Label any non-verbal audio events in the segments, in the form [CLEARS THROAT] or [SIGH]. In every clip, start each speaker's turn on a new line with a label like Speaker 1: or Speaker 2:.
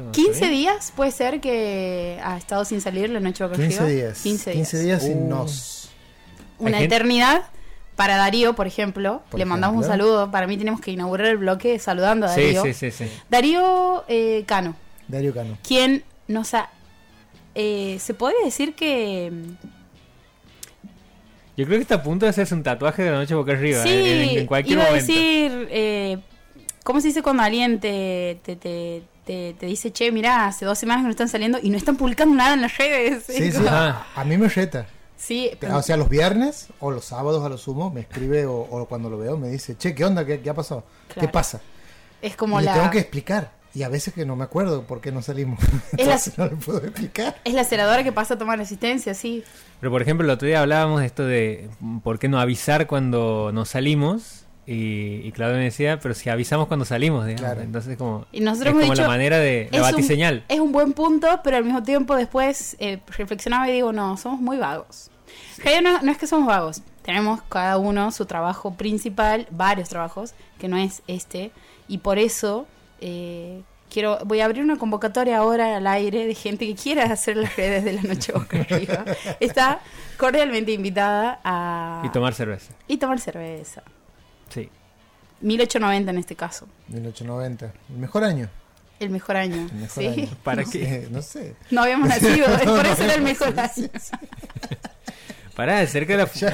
Speaker 1: Ah,
Speaker 2: 15 días puede ser que ha estado sin salir la noche vacaciones.
Speaker 3: 15 días.
Speaker 2: 15 días.
Speaker 3: sin
Speaker 1: Uh.
Speaker 3: nos.
Speaker 2: Una
Speaker 1: Hay gente-
Speaker 2: eternidad. Para Darío, por ejemplo,
Speaker 3: Por
Speaker 2: le mandamos un
Speaker 3: ejemplo.
Speaker 2: saludo. Para mí tenemos que inaugurar el bloque saludando a
Speaker 1: Sí,
Speaker 2: Darío.
Speaker 1: sí, sí, sí.
Speaker 2: Darío eh, Cano,
Speaker 3: Darío Cano.
Speaker 2: quien nos ha... eh, Se podría decir que... mm,
Speaker 1: Yo creo que está a punto de hacerse un tatuaje de la noche boca arriba.
Speaker 2: sí,
Speaker 1: en, en cualquier
Speaker 2: iba
Speaker 1: momento.
Speaker 2: a decir... eh, ¿Cómo se dice cuando alguien te, te, te, te- te dice, che, mirá, hace dos semanas que no están saliendo y no están publicando nada en las redes?
Speaker 3: Sí, sí.
Speaker 2: Como-
Speaker 1: Ah.
Speaker 3: A mí me reta.
Speaker 2: Sí,
Speaker 3: O sea, los viernes o los sábados a lo sumo me escribe o, o cuando lo veo me dice, che, ¿qué onda? ¿Qué, qué ha pasado? ¿Qué
Speaker 2: Claro.
Speaker 3: pasa?
Speaker 2: es como
Speaker 3: y le tengo
Speaker 2: la...
Speaker 3: que explicar. Y a veces que no me acuerdo por qué no salimos. [LAUGHS]
Speaker 2: Es la-
Speaker 3: Entonces no le puedo explicar.
Speaker 2: Es la celadora que pasa a tomar asistencia, sí.
Speaker 1: Pero por ejemplo, el otro día hablábamos de esto de mm, por qué no avisar cuando nos salimos. Y, y Claudio me decía, pero si avisamos cuando salimos, digamos.
Speaker 3: Claro.
Speaker 1: Entonces, como.
Speaker 2: Y nosotros
Speaker 1: es
Speaker 2: hemos
Speaker 1: como
Speaker 2: dicho,
Speaker 1: la manera de. La batiseñal.
Speaker 2: Un, es un buen punto, pero al mismo tiempo después eh, reflexionaba y digo, no, somos muy vagos. En realidad no, no es que somos vagos. Tenemos cada uno su trabajo principal, varios trabajos, que no es este. Y por eso eh, quiero voy a abrir una convocatoria ahora al aire de gente que quiera hacer las redes de la noche boca arriba. Está cordialmente invitada a...
Speaker 1: Y tomar cerveza.
Speaker 2: y tomar cerveza.
Speaker 1: Sí.
Speaker 2: 1890 en este caso.
Speaker 3: 1890. El mejor año.
Speaker 2: El mejor año.
Speaker 3: El mejor
Speaker 2: ¿sí?
Speaker 3: año.
Speaker 1: ¿Para
Speaker 3: [LAUGHS] no
Speaker 1: qué?
Speaker 3: sé, no sé.
Speaker 2: No habíamos nacido, es por eso era el mejor año.
Speaker 1: Pará, cerca
Speaker 3: [LAUGHS]
Speaker 1: de la. fu-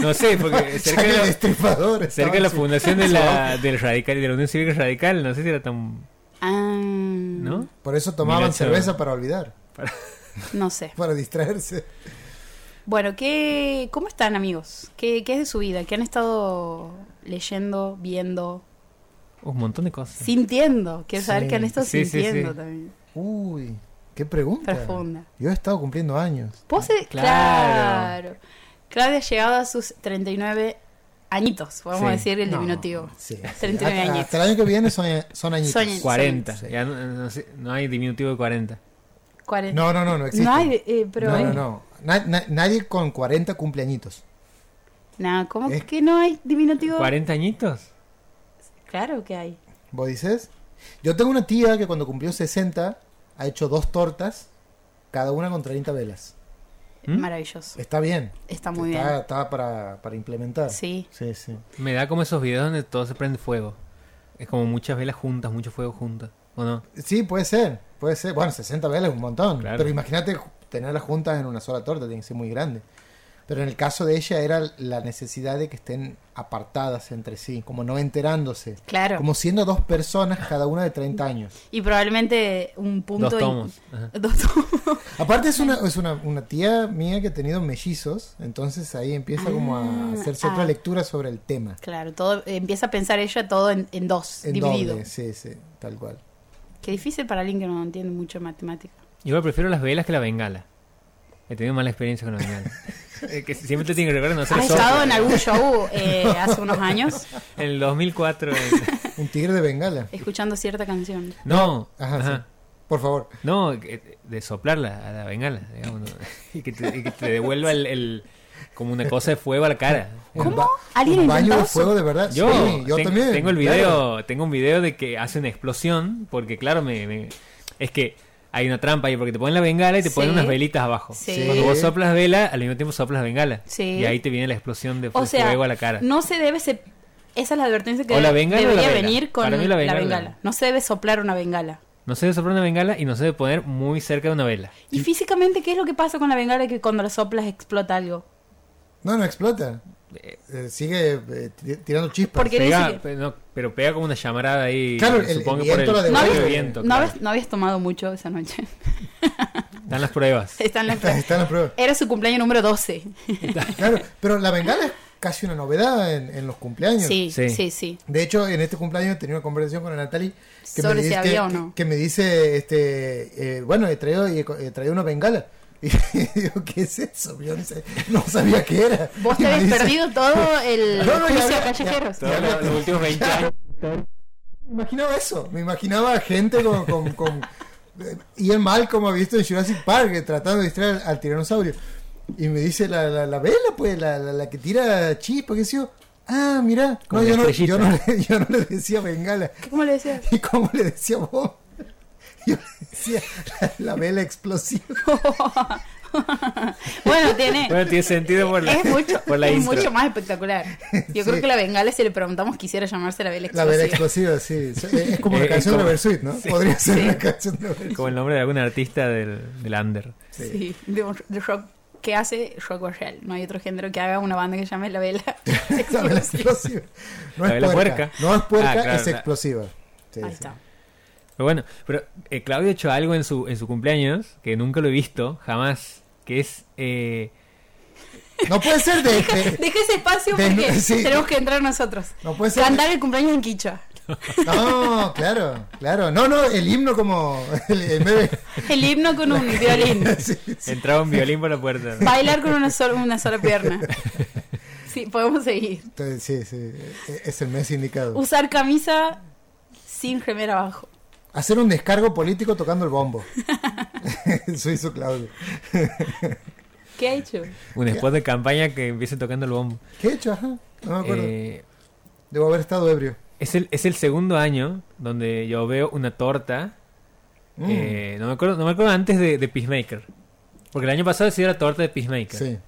Speaker 1: No sé, porque Eh, cerca
Speaker 3: Ya
Speaker 1: de
Speaker 3: que el
Speaker 1: la,
Speaker 3: destripador
Speaker 1: cerca
Speaker 3: estaba
Speaker 1: de la
Speaker 3: en su-
Speaker 1: fundación de la, del radical, de la Unión Cívica Radical, no sé si era tan.
Speaker 2: Ah,
Speaker 1: ¿No?
Speaker 3: Por eso tomaban
Speaker 1: Mira, chaval.
Speaker 3: cerveza para olvidar,
Speaker 2: No sé.
Speaker 3: para distraerse.
Speaker 2: Bueno, ¿qué, ¿cómo están amigos? ¿Qué, ¿Qué es de su vida? ¿Qué han estado leyendo, viendo,
Speaker 1: Un montón de cosas.
Speaker 2: sintiendo? Quiero saber
Speaker 3: Sí,
Speaker 2: qué han estado
Speaker 1: sí, sí,
Speaker 2: sintiendo
Speaker 1: sí.
Speaker 2: también.
Speaker 3: Uy, qué pregunta.
Speaker 2: Profunda.
Speaker 3: Yo he estado cumpliendo años.
Speaker 2: ¿Vos se-
Speaker 1: Claro.
Speaker 2: Claro. Claudia ha llegado a sus 39 añitos, podemos
Speaker 1: Sí.
Speaker 2: decir el
Speaker 3: No,
Speaker 2: diminutivo.
Speaker 3: Sí, sí.
Speaker 2: 39
Speaker 3: Hasta-
Speaker 2: añitos.
Speaker 3: Hasta el año que viene son, son añitos.
Speaker 2: Son-
Speaker 1: 40.
Speaker 3: Sí.
Speaker 1: Ya no, no sé, no hay diminutivo de 40.
Speaker 2: Cuaren-
Speaker 3: No, no, no, no existe.
Speaker 2: No hay, eh, pero...
Speaker 3: no, no, no. Na- na- nadie con 40 cumpleañitos.
Speaker 2: No, ¿cómo
Speaker 3: Eh.
Speaker 2: que no hay diminutivo?
Speaker 1: ¿40 añitos?
Speaker 2: Claro que hay.
Speaker 3: ¿Vos dices? Yo tengo una tía que cuando cumplió 60 ha hecho dos tortas, cada una con 30 velas.
Speaker 1: ¿Mm?
Speaker 2: Maravilloso.
Speaker 3: Está bien.
Speaker 2: Está muy
Speaker 3: está,
Speaker 2: bien.
Speaker 3: Está para, para implementar.
Speaker 2: Sí.
Speaker 3: Sí, sí.
Speaker 1: Me da como esos videos donde todo se prende fuego. Es como muchas velas juntas, mucho fuego juntas. ¿O no?
Speaker 3: Sí, puede ser, puede ser. Bueno, 60 velas es un montón.
Speaker 1: Claro.
Speaker 3: Pero imagínate ju- tenerlas juntas en una sola torta, tiene que ser muy grande. Pero en el caso de ella era la necesidad de que estén apartadas entre sí, como no enterándose.
Speaker 2: Claro.
Speaker 3: Como siendo dos personas, cada una de 30 años.
Speaker 2: Y probablemente un punto.
Speaker 1: Dos
Speaker 2: in-
Speaker 1: tomos. Ajá.
Speaker 2: Dos tomos. [LAUGHS]
Speaker 3: Aparte es una, es una, una tía mía que ha tenido mellizos, entonces ahí empieza como a
Speaker 2: Ah,
Speaker 3: hacerse
Speaker 2: ah.
Speaker 3: otra lectura sobre el tema.
Speaker 2: Claro, todo empieza a pensar ella todo en, en dos,
Speaker 3: En
Speaker 2: dividido.
Speaker 3: doble, sí, sí, tal cual.
Speaker 2: Qué difícil para alguien que no entiende mucho de matemática.
Speaker 1: Yo prefiero las velas que la bengala. He tenido mala experiencia con la bengala. Eh, que siempre te tienen que recordar no hacer
Speaker 2: ¿Has
Speaker 1: sopla.
Speaker 2: estado en algún
Speaker 1: [LAUGHS]
Speaker 2: show eh, hace unos años
Speaker 1: En el 2004. en-
Speaker 3: Un tigre de Bengala.
Speaker 2: escuchando cierta canción?
Speaker 1: No,
Speaker 3: Ajá,
Speaker 1: ajá.
Speaker 3: sí. Por favor.
Speaker 1: No, que- de soplarla a la bengala, digamos, ¿no? [LAUGHS] y, que te, y que te devuelva el, el- como una cosa de fuego a la cara.
Speaker 2: ¿Cómo? ¿Alguien ha
Speaker 3: Un baño
Speaker 2: inventado
Speaker 3: de
Speaker 2: eso?
Speaker 3: fuego de verdad.
Speaker 1: Yo,
Speaker 3: Sí, yo
Speaker 1: ten-
Speaker 3: también.
Speaker 1: tengo el
Speaker 3: claro.
Speaker 1: video, tengo un video de que hace una explosión, porque claro, me, me- es que hay una trampa ahí, porque te ponen la bengala y te
Speaker 2: Sí.
Speaker 1: ponen unas velitas abajo.
Speaker 2: Sí.
Speaker 1: Cuando vos soplas vela, al mismo tiempo soplas bengala.
Speaker 2: Sí.
Speaker 1: Y ahí te viene la explosión de
Speaker 2: O
Speaker 1: de
Speaker 2: sea,
Speaker 1: fuego a la cara.
Speaker 2: no se debe. Se... Esa es la advertencia que
Speaker 1: O la
Speaker 2: debe-
Speaker 1: bengala o la
Speaker 2: debería
Speaker 1: vela.
Speaker 2: venir con
Speaker 1: Para mí la
Speaker 2: la
Speaker 1: bengala.
Speaker 2: bengala. No se debe soplar una bengala.
Speaker 1: No se debe soplar una bengala y no se debe poner muy cerca de una vela.
Speaker 2: ¿Y físicamente qué es lo que pasa con la bengala que cuando la soplas explota algo?
Speaker 3: No, no explota. Eh, sigue eh, ti- tirando chispas. [LAUGHS]
Speaker 2: Porque- ¿Qué
Speaker 1: Pega,
Speaker 2: dice?
Speaker 1: pe- no, pero pega como una llamarada ahí,
Speaker 3: Claro, el-
Speaker 1: supongo
Speaker 3: el
Speaker 1: que por
Speaker 3: viento la
Speaker 1: el
Speaker 3: devuelve.
Speaker 2: ¿No habías,
Speaker 1: propio viento.
Speaker 2: no
Speaker 1: claro.
Speaker 2: habías- no habías tomado mucho esa noche? [LAUGHS]
Speaker 1: Dan las pruebas.
Speaker 2: Están las
Speaker 3: Está- está en la prueba.
Speaker 2: Era su cumpleaños número 12.
Speaker 3: Claro, pero la bengala es casi una novedad en, en los cumpleaños.
Speaker 2: Sí,
Speaker 1: Sí.
Speaker 2: sí, sí.
Speaker 3: De hecho, en este cumpleaños tenía una conversación con la Natalie que
Speaker 2: Sobre
Speaker 3: me
Speaker 2: si
Speaker 3: dice,
Speaker 2: había
Speaker 3: que,
Speaker 2: o no.
Speaker 3: que me dice este, eh, bueno, he traído, y he co- he traído una bengala. [LAUGHS] Y digo, ¿qué es eso? Yo no, sé- no sabía qué era.
Speaker 2: Vos te
Speaker 3: Y [LAUGHS] me
Speaker 2: habías
Speaker 3: dice-
Speaker 2: perdido todo el
Speaker 3: No, no, ya
Speaker 2: juicio a
Speaker 3: había- ya-
Speaker 2: callejeros.
Speaker 1: Todos los, los últimos
Speaker 2: [LAUGHS]
Speaker 1: 20 años.
Speaker 3: Me imaginaba eso. Me imaginaba gente con. con, con y el mal como ha visto en Jurassic Park, eh, tratando de distraer al, al tiranosaurio. Y me dice la, la, la vela, pues, la, la, la que tira chispa, qué sé yo. Ah, mirá.
Speaker 1: Con
Speaker 3: No,
Speaker 1: la
Speaker 3: yo, no,
Speaker 1: estrellita.
Speaker 3: yo, no le, yo no le decía bengala. [LAUGHS]
Speaker 2: ¿Cómo le decías?
Speaker 3: ¿Y cómo le decía vos? Yo le decía la vela explosiva.
Speaker 2: [LAUGHS] bueno, tiene.
Speaker 1: Bueno, tiene sentido por la,
Speaker 2: es mucho,
Speaker 1: [LAUGHS] por la
Speaker 2: es
Speaker 1: intro.
Speaker 2: mucho más espectacular. Yo
Speaker 3: Sí.
Speaker 2: creo que la bengala, si le preguntamos, quisiera llamarse la vela
Speaker 3: La
Speaker 2: explosiva.
Speaker 3: vela explosiva, sí. Es- Es como la
Speaker 1: Eh,
Speaker 3: canción de
Speaker 1: como-
Speaker 3: Versuit, ¿no? Podría ser
Speaker 2: Sí.
Speaker 3: la canción de Versuit.
Speaker 1: Como el nombre de algún artista del, del under.
Speaker 3: Sí.
Speaker 2: Sí, de, un- de rock que hace rock o real. No hay otro género que haga una banda que llame la vela.
Speaker 3: [LAUGHS]
Speaker 1: [LAUGHS]
Speaker 3: La vela explosiva. No
Speaker 1: La
Speaker 3: es
Speaker 1: vela
Speaker 3: puerca.
Speaker 1: puerca.
Speaker 3: No es puerca,
Speaker 1: Ah, claro,
Speaker 3: es
Speaker 1: la-
Speaker 3: explosiva. Sí,
Speaker 2: Ahí
Speaker 3: sí.
Speaker 2: está.
Speaker 1: Pero bueno, pero eh, Claudio ha hecho algo en su, en su cumpleaños que nunca lo he visto, jamás, que es... eh,
Speaker 3: No puede ser de, este.
Speaker 2: [LAUGHS]
Speaker 3: de-
Speaker 2: Deja ese espacio
Speaker 3: De-
Speaker 2: porque
Speaker 3: sí.
Speaker 2: tenemos que entrar nosotros.
Speaker 3: No puede ser. de-
Speaker 2: Cantar el cumpleaños en Quichua.
Speaker 3: No, claro, claro. No, no, el himno como. El, el meme.
Speaker 2: El himno con
Speaker 3: [LAUGHS]
Speaker 2: un violín.
Speaker 3: Sí, sí.
Speaker 1: entraba un violín por la
Speaker 3: [LAUGHS]
Speaker 1: puerta.
Speaker 2: Bailar con una sola, una sola pierna. [LAUGHS] Sí, podemos seguir.
Speaker 3: Entonces, sí, sí, e- Es el mes indicado.
Speaker 2: Usar camisa sin remera abajo.
Speaker 3: Hacer un descargo político tocando el bombo. [LAUGHS] Eso hizo Claudio.
Speaker 2: ¿Qué ha hecho?
Speaker 1: Un spot de campaña que empiece tocando el bombo.
Speaker 3: ¿Qué he hecho? Ajá. No me acuerdo.
Speaker 1: Eh,
Speaker 3: Debo haber estado ebrio.
Speaker 1: es, el, es el segundo año donde yo veo una torta.
Speaker 3: Mm,
Speaker 1: eh, no, me acuerdo, no me acuerdo antes de, de Peacemaker. Porque el año pasado sí era torta de Peacemaker.
Speaker 3: sí.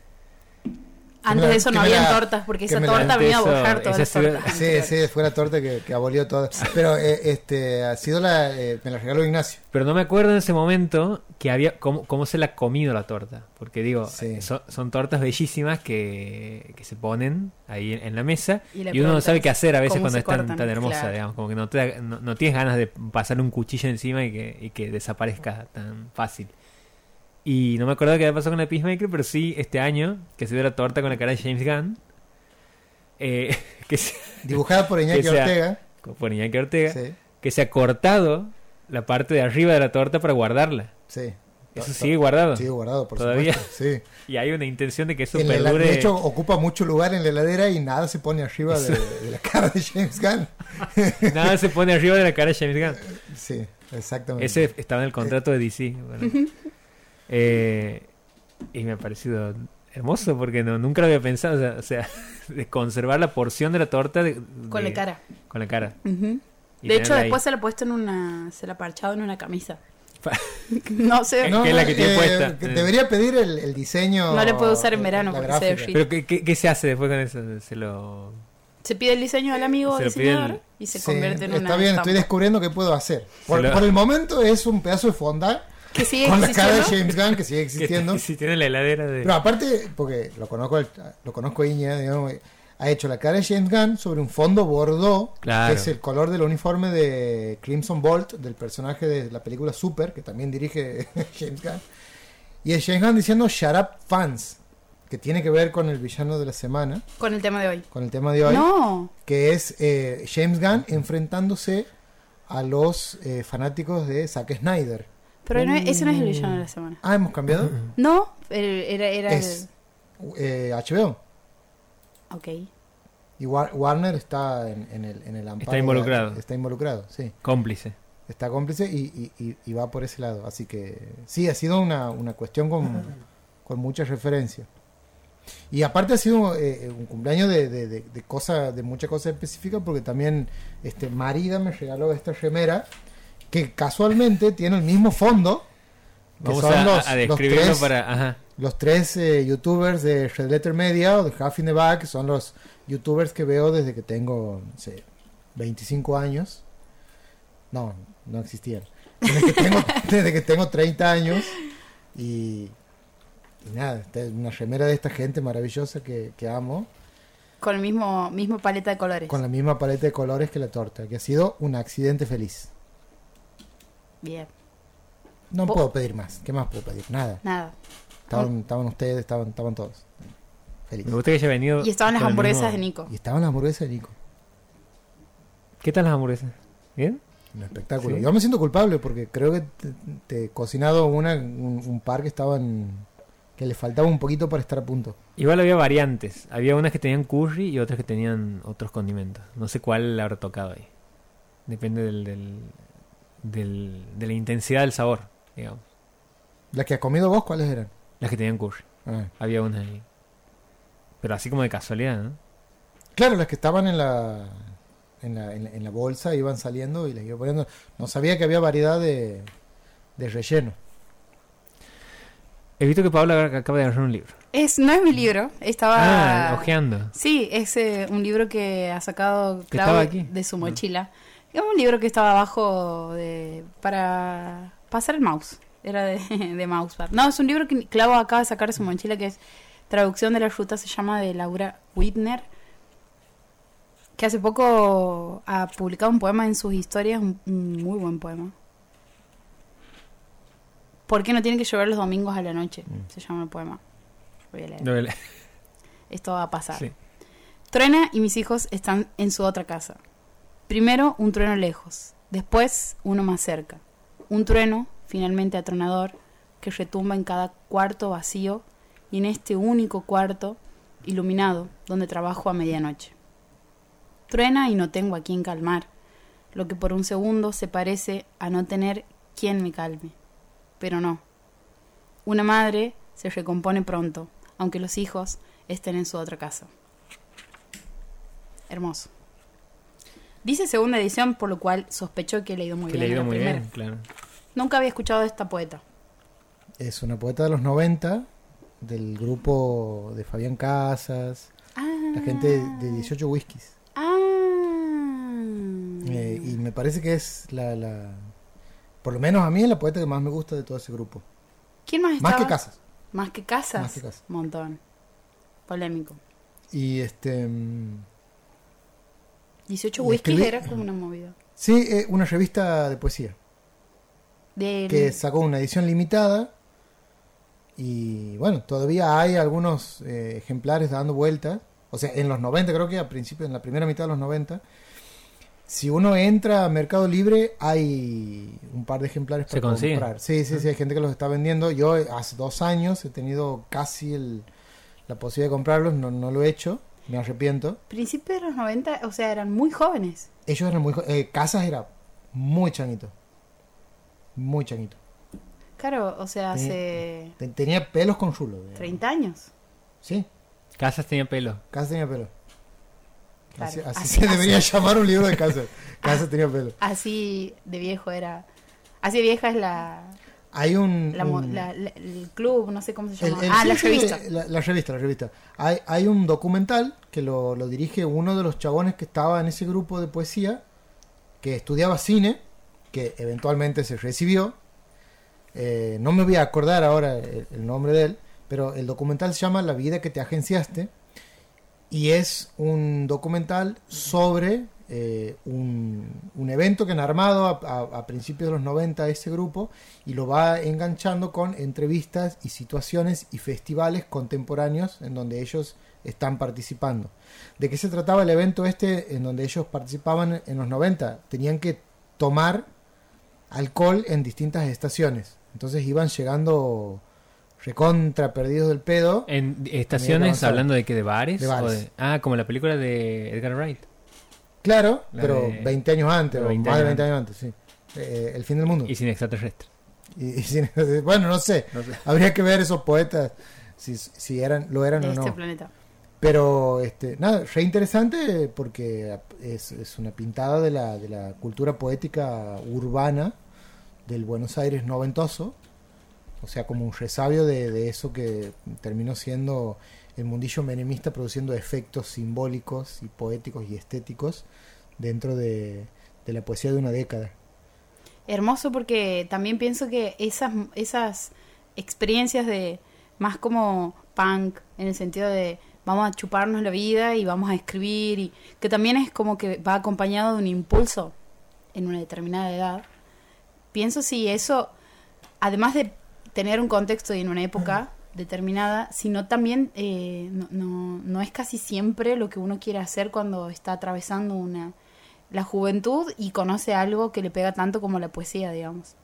Speaker 2: Antes de eso
Speaker 3: Que
Speaker 2: no
Speaker 3: me
Speaker 2: habían
Speaker 3: la-
Speaker 2: tortas, porque
Speaker 3: que
Speaker 2: esa
Speaker 3: me la-
Speaker 2: torta venía a
Speaker 1: Antes
Speaker 2: borrar
Speaker 1: eso-
Speaker 2: todas las
Speaker 1: esa ciudad-
Speaker 2: tortas.
Speaker 3: Sí,
Speaker 2: anteriores.
Speaker 3: sí, fue la torta que, que abolió todas. Pero eh, este ha sido la. eh, me la regaló Ignacio.
Speaker 1: Pero no me acuerdo en ese momento que había cómo, cómo se la ha comido la torta. Porque digo,
Speaker 3: Sí.
Speaker 1: eh, son, son tortas bellísimas que, que se ponen ahí en, en la mesa
Speaker 2: Y
Speaker 1: y,
Speaker 2: le
Speaker 1: uno no
Speaker 2: preguntas
Speaker 1: sabe qué hacer a veces
Speaker 2: cómo
Speaker 1: cuando
Speaker 2: se
Speaker 1: es tan,
Speaker 2: cortan,
Speaker 1: tan hermosa,
Speaker 2: claro.
Speaker 1: digamos. Como que no, te da- no, no tienes ganas de pasar un cuchillo encima y que, y que desaparezca tan fácil. Y no me acuerdo qué había pasado con la Peacemaker, pero sí este año que se dio la torta con la cara de James Gunn. eh, [LAUGHS] que se,
Speaker 3: Dibujada por Iñaki
Speaker 1: Que sea-
Speaker 3: Ortega.
Speaker 1: por Iñaki Ortega,
Speaker 3: Sí,
Speaker 1: que se ha cortado la parte de arriba de la torta para guardarla.
Speaker 3: sí.
Speaker 1: Eso
Speaker 3: To-
Speaker 1: sigue guardado.
Speaker 3: Sigue guardado, por
Speaker 1: Todavía.
Speaker 3: supuesto. Sí.
Speaker 1: Y hay una intención de que eso
Speaker 3: En la hela-
Speaker 1: perdure.
Speaker 3: de hecho, ocupa mucho lugar en la heladera y nada se pone arriba de, de la cara de James Gunn.
Speaker 1: [LAUGHS] Nada se pone arriba de la cara de James Gunn.
Speaker 3: Sí, exactamente.
Speaker 1: "Ah, Ese estaba en el contrato de DC. bueno. Eh, y me ha parecido hermoso porque no, nunca lo había pensado. o sea- O sea, [LAUGHS] de conservar la porción de la torta de-
Speaker 2: Con la
Speaker 1: de-
Speaker 2: cara.
Speaker 1: Con la cara.
Speaker 2: Ujú.
Speaker 1: Y
Speaker 2: De hecho,
Speaker 1: tenerla ahí.
Speaker 2: después se la ha puesto en una. Se la ha parchado en una camisa.
Speaker 1: Pa-
Speaker 2: [LAUGHS] No sé.
Speaker 1: que es la que tiene puesta.
Speaker 3: eh, que Debería pedir el, el diseño.
Speaker 2: No le puedo usar en
Speaker 3: eh,
Speaker 2: verano
Speaker 3: la
Speaker 2: porque
Speaker 3: gráfica.
Speaker 2: se derrite.
Speaker 1: Pero ¿qué, qué, qué se hace después con eso? Se lo...
Speaker 2: Se pide el diseño del amigo
Speaker 1: Se lo pide
Speaker 2: diseñador
Speaker 1: el-
Speaker 2: y se
Speaker 3: Sí,
Speaker 2: convierte en una.
Speaker 3: Está bien, estoy
Speaker 2: estampa.
Speaker 3: descubriendo qué puedo hacer. Por,
Speaker 1: Se lo-
Speaker 3: por el momento es un pedazo de fonda
Speaker 2: Que sigue [LAUGHS]
Speaker 3: con la cara de
Speaker 2: existiendo.
Speaker 3: James Gunn que
Speaker 1: [LAUGHS]
Speaker 3: sigue
Speaker 1: que-
Speaker 3: existiendo.
Speaker 1: que Si tiene la heladera de...
Speaker 3: Pero aparte, porque lo conozco, al- lo conozco a Iña, digamos, ha hecho la cara de James Gunn sobre un fondo bordeaux,
Speaker 1: Claro.
Speaker 3: que es el color del uniforme de Crimson Bolt, del personaje de la película Super, que también dirige [LAUGHS] James Gunn. Y es James Gunn diciendo Shut up fans, que tiene que ver con el villano de la semana,
Speaker 2: Con el tema de hoy.
Speaker 3: con el tema de hoy,
Speaker 2: No.
Speaker 3: que es eh, James Gunn enfrentándose a los eh, fanáticos de Zack Snyder.
Speaker 2: Pero no, ese no es el villano de la semana.
Speaker 3: Ah, hemos cambiado.
Speaker 2: No. el- Era, era
Speaker 3: es eh, HBO.
Speaker 2: el. Ok.
Speaker 3: Y War- Warner está en, en el, en el amparo.
Speaker 1: Está involucrado.
Speaker 3: Está involucrado, sí.
Speaker 1: Cómplice.
Speaker 3: Está cómplice y, y- y- y va por ese lado. Así que sí, ha sido una, una cuestión con, con muchas referencias. Y aparte ha sido eh, un cumpleaños de, de, de, de cosa- de muchas cosas específicas porque también este, Marida me regaló esta remera que casualmente tiene el mismo fondo. que
Speaker 1: Vamos
Speaker 3: son
Speaker 1: a,
Speaker 3: los-
Speaker 1: a
Speaker 3: los
Speaker 1: describirlo
Speaker 3: tres-
Speaker 1: para... Ajá.
Speaker 3: los tres eh, youtubers de Red Letter Media o de Half in the Back son los youtubers que veo desde que tengo, no sé, 25 años. No, no existían. Desde que tengo, desde que tengo 30 años. Y, y nada, esta es una remera de esta gente maravillosa que, que amo.
Speaker 2: Con el mismo, mismo paleta de colores.
Speaker 3: Con la misma paleta de colores que la torta, que ha sido un accidente feliz.
Speaker 2: Bien.
Speaker 3: No
Speaker 2: Po-
Speaker 3: puedo pedir más. ¿Qué más puedo pedir? Nada.
Speaker 2: Nada.
Speaker 3: Estaban, estaban ustedes, estaban, estaban todos. Feliz.
Speaker 1: Me gusta que haya venido...
Speaker 2: Y estaban las
Speaker 1: con el
Speaker 2: hamburguesas
Speaker 1: mismo-
Speaker 2: de Nico.
Speaker 3: Y estaban las hamburguesas de Nico.
Speaker 1: ¿Qué tal las hamburguesas? ¿Bien?
Speaker 3: Un espectáculo.
Speaker 1: Sí.
Speaker 3: Yo me siento culpable porque creo que te, te he cocinado una, un, un par que estaban. que le faltaba un poquito para estar a punto.
Speaker 1: Igual había variantes. Había unas que tenían curry y otras que tenían otros condimentos. No sé cuál le habrá tocado ahí. Depende del, del, del- de la intensidad del sabor, digamos.
Speaker 3: ¿Las que has comido vos cuáles eran?
Speaker 1: Las que tenían curry.
Speaker 3: Ah.
Speaker 1: Había unas ahí. Pero así como de casualidad, ¿no?
Speaker 3: Claro, las que estaban en la, en la, en la, en la bolsa iban saliendo y las iba poniendo. No sabía que había variedad de, de relleno.
Speaker 1: He visto que Pablo ac- acaba de agarrar un libro.
Speaker 2: Es, no es mi libro, estaba...
Speaker 1: Ah, ojeando.
Speaker 2: Sí, es eh, un libro que ha sacado
Speaker 1: Que estaba
Speaker 2: Clau
Speaker 1: aquí. Ah.
Speaker 2: de su mochila. Es un libro que estaba abajo de, para pasar el mouse. Era de, [LAUGHS] de mousepad. No, es un libro que Clau acaba de sacar de su mochila que es Traducción de la Ruta, se llama de Laura Whitner. Que hace poco ha publicado un poema en sus historias, un, un muy buen poema. ¿Por qué no tiene que llover los domingos a la noche? Se llama el poema. Voy a leer.
Speaker 1: Mm. No, el-
Speaker 2: Esto va a pasar.
Speaker 1: sí.
Speaker 2: Truena y mis hijos están en su otra casa. Primero un trueno lejos, después uno más cerca. Un trueno, finalmente atronador, que retumba en cada cuarto vacío y en este único cuarto iluminado donde trabajo a medianoche. Truena y no tengo a quien calmar, lo que por un segundo se parece a no tener quien me calme. Pero no. Una madre se recompone pronto, aunque los hijos estén en su otra casa. Hermoso. Dice segunda edición, por lo cual sospecho que le ha ido muy
Speaker 1: Que le
Speaker 2: bien. a
Speaker 1: ha ido
Speaker 2: la
Speaker 1: muy
Speaker 2: primera.
Speaker 1: bien, claro.
Speaker 2: Nunca había escuchado de esta poeta.
Speaker 3: Es una poeta de los 90, del grupo de Fabián Casas,
Speaker 2: Ah.
Speaker 3: la gente de 18 Whiskies.
Speaker 2: Ah.
Speaker 3: Eh, y me parece que es la, la- Por lo menos a mí es la poeta que más me gusta de todo ese grupo.
Speaker 2: ¿Quién más
Speaker 3: Más
Speaker 2: estaba?
Speaker 3: que Casas.
Speaker 2: Más que casas.
Speaker 3: Más que Casas.
Speaker 2: Montón. Polémico.
Speaker 3: Y este. mm,
Speaker 2: 18
Speaker 3: Y
Speaker 2: whiskies
Speaker 3: escribí-
Speaker 2: era como una movida.
Speaker 3: Sí, eh, una revista de poesía
Speaker 2: Del-
Speaker 3: que sacó una edición limitada. Y bueno, todavía hay algunos eh, ejemplares dando vueltas. O sea, en los 90, creo que a principio, en la primera mitad de los 90. Si uno entra a Mercado Libre, hay un par de ejemplares para
Speaker 1: Se consigue.
Speaker 3: comprar. Sí, sí, sí, hay gente que los está vendiendo. Yo eh, hace dos años he tenido casi el- la posibilidad de comprarlos, no, no lo he hecho, me arrepiento.
Speaker 2: Principios de los 90, o sea, eran muy jóvenes.
Speaker 3: Ellos eran muy... jo- eh, Casas era muy changuito. Muy changuito.
Speaker 2: Claro, o sea,
Speaker 3: Sí.
Speaker 2: hace
Speaker 3: Te- Tenía pelos con rulo. digamos.
Speaker 2: 30 años.
Speaker 3: Sí,
Speaker 1: Casas tenía pelo.
Speaker 3: Casas tenía pelo.
Speaker 2: Claro.
Speaker 3: Así, así
Speaker 2: Así-
Speaker 3: se debería llamar un libro de Casas. Casas tenía pelo.
Speaker 2: Así de viejo era. Así de vieja es la,
Speaker 3: Hay un...
Speaker 2: la mo-
Speaker 3: un-
Speaker 2: la- la- el club, no sé cómo se
Speaker 3: Mm. el-
Speaker 2: llama.
Speaker 3: el-
Speaker 2: ah,
Speaker 3: sí,
Speaker 2: la
Speaker 3: sí,
Speaker 2: revista.
Speaker 3: La, la revista, la revista. Hay, hay un documental que lo, lo dirige uno de los chabones que estaba en ese grupo de poesía, que estudiaba cine, que eventualmente se recibió. Eh, no me voy a acordar ahora el, el nombre de él, pero el documental se llama La vida que te agenciaste y es un documental sobre eh, un, un evento que han armado a, a- a principios de los 90 ese grupo y lo va enganchando con entrevistas y situaciones y festivales contemporáneos en donde ellos están participando. ¿De qué se trataba el evento este en donde ellos participaban en los 90? Tenían que tomar alcohol en distintas estaciones. Entonces iban llegando recontra perdidos del pedo.
Speaker 1: En
Speaker 3: Tenía que
Speaker 1: estaciones,
Speaker 3: avanzar.
Speaker 1: hablando de que de bares.
Speaker 3: De bares.
Speaker 1: o de- ah, como la película de Edgar Wright.
Speaker 3: Claro,
Speaker 1: La
Speaker 3: pero
Speaker 1: de-
Speaker 3: 20 años antes,
Speaker 1: de
Speaker 3: o
Speaker 1: 20
Speaker 3: más de
Speaker 1: años
Speaker 3: 20 años antes, sí. Eh, el fin del mundo.
Speaker 1: Y sin extraterrestres.
Speaker 3: Y- y sin- bueno, no sé.
Speaker 1: No sé.
Speaker 3: Habría que ver esos poetas si, si eran, lo eran
Speaker 2: de
Speaker 3: o
Speaker 2: este
Speaker 3: no.
Speaker 2: planeta.
Speaker 3: Pero este, nada, re interesante porque es, es una pintada de la, de la cultura poética urbana del Buenos Aires noventoso. O sea, como un resabio de, de eso que terminó siendo el mundillo menemista produciendo efectos simbólicos y poéticos y estéticos dentro de, de la poesía de una década.
Speaker 2: Hermoso porque también pienso que esas, esas experiencias de más como punk, en el sentido de vamos a chuparnos la vida y vamos a escribir, y que también es como que va acompañado de un impulso en una determinada edad. Pienso si eso, además de tener un contexto y en una época determinada, sino también eh, no, no- no es casi siempre lo que uno quiere hacer cuando está atravesando una la juventud y conoce algo que le pega tanto como la poesía, digamos.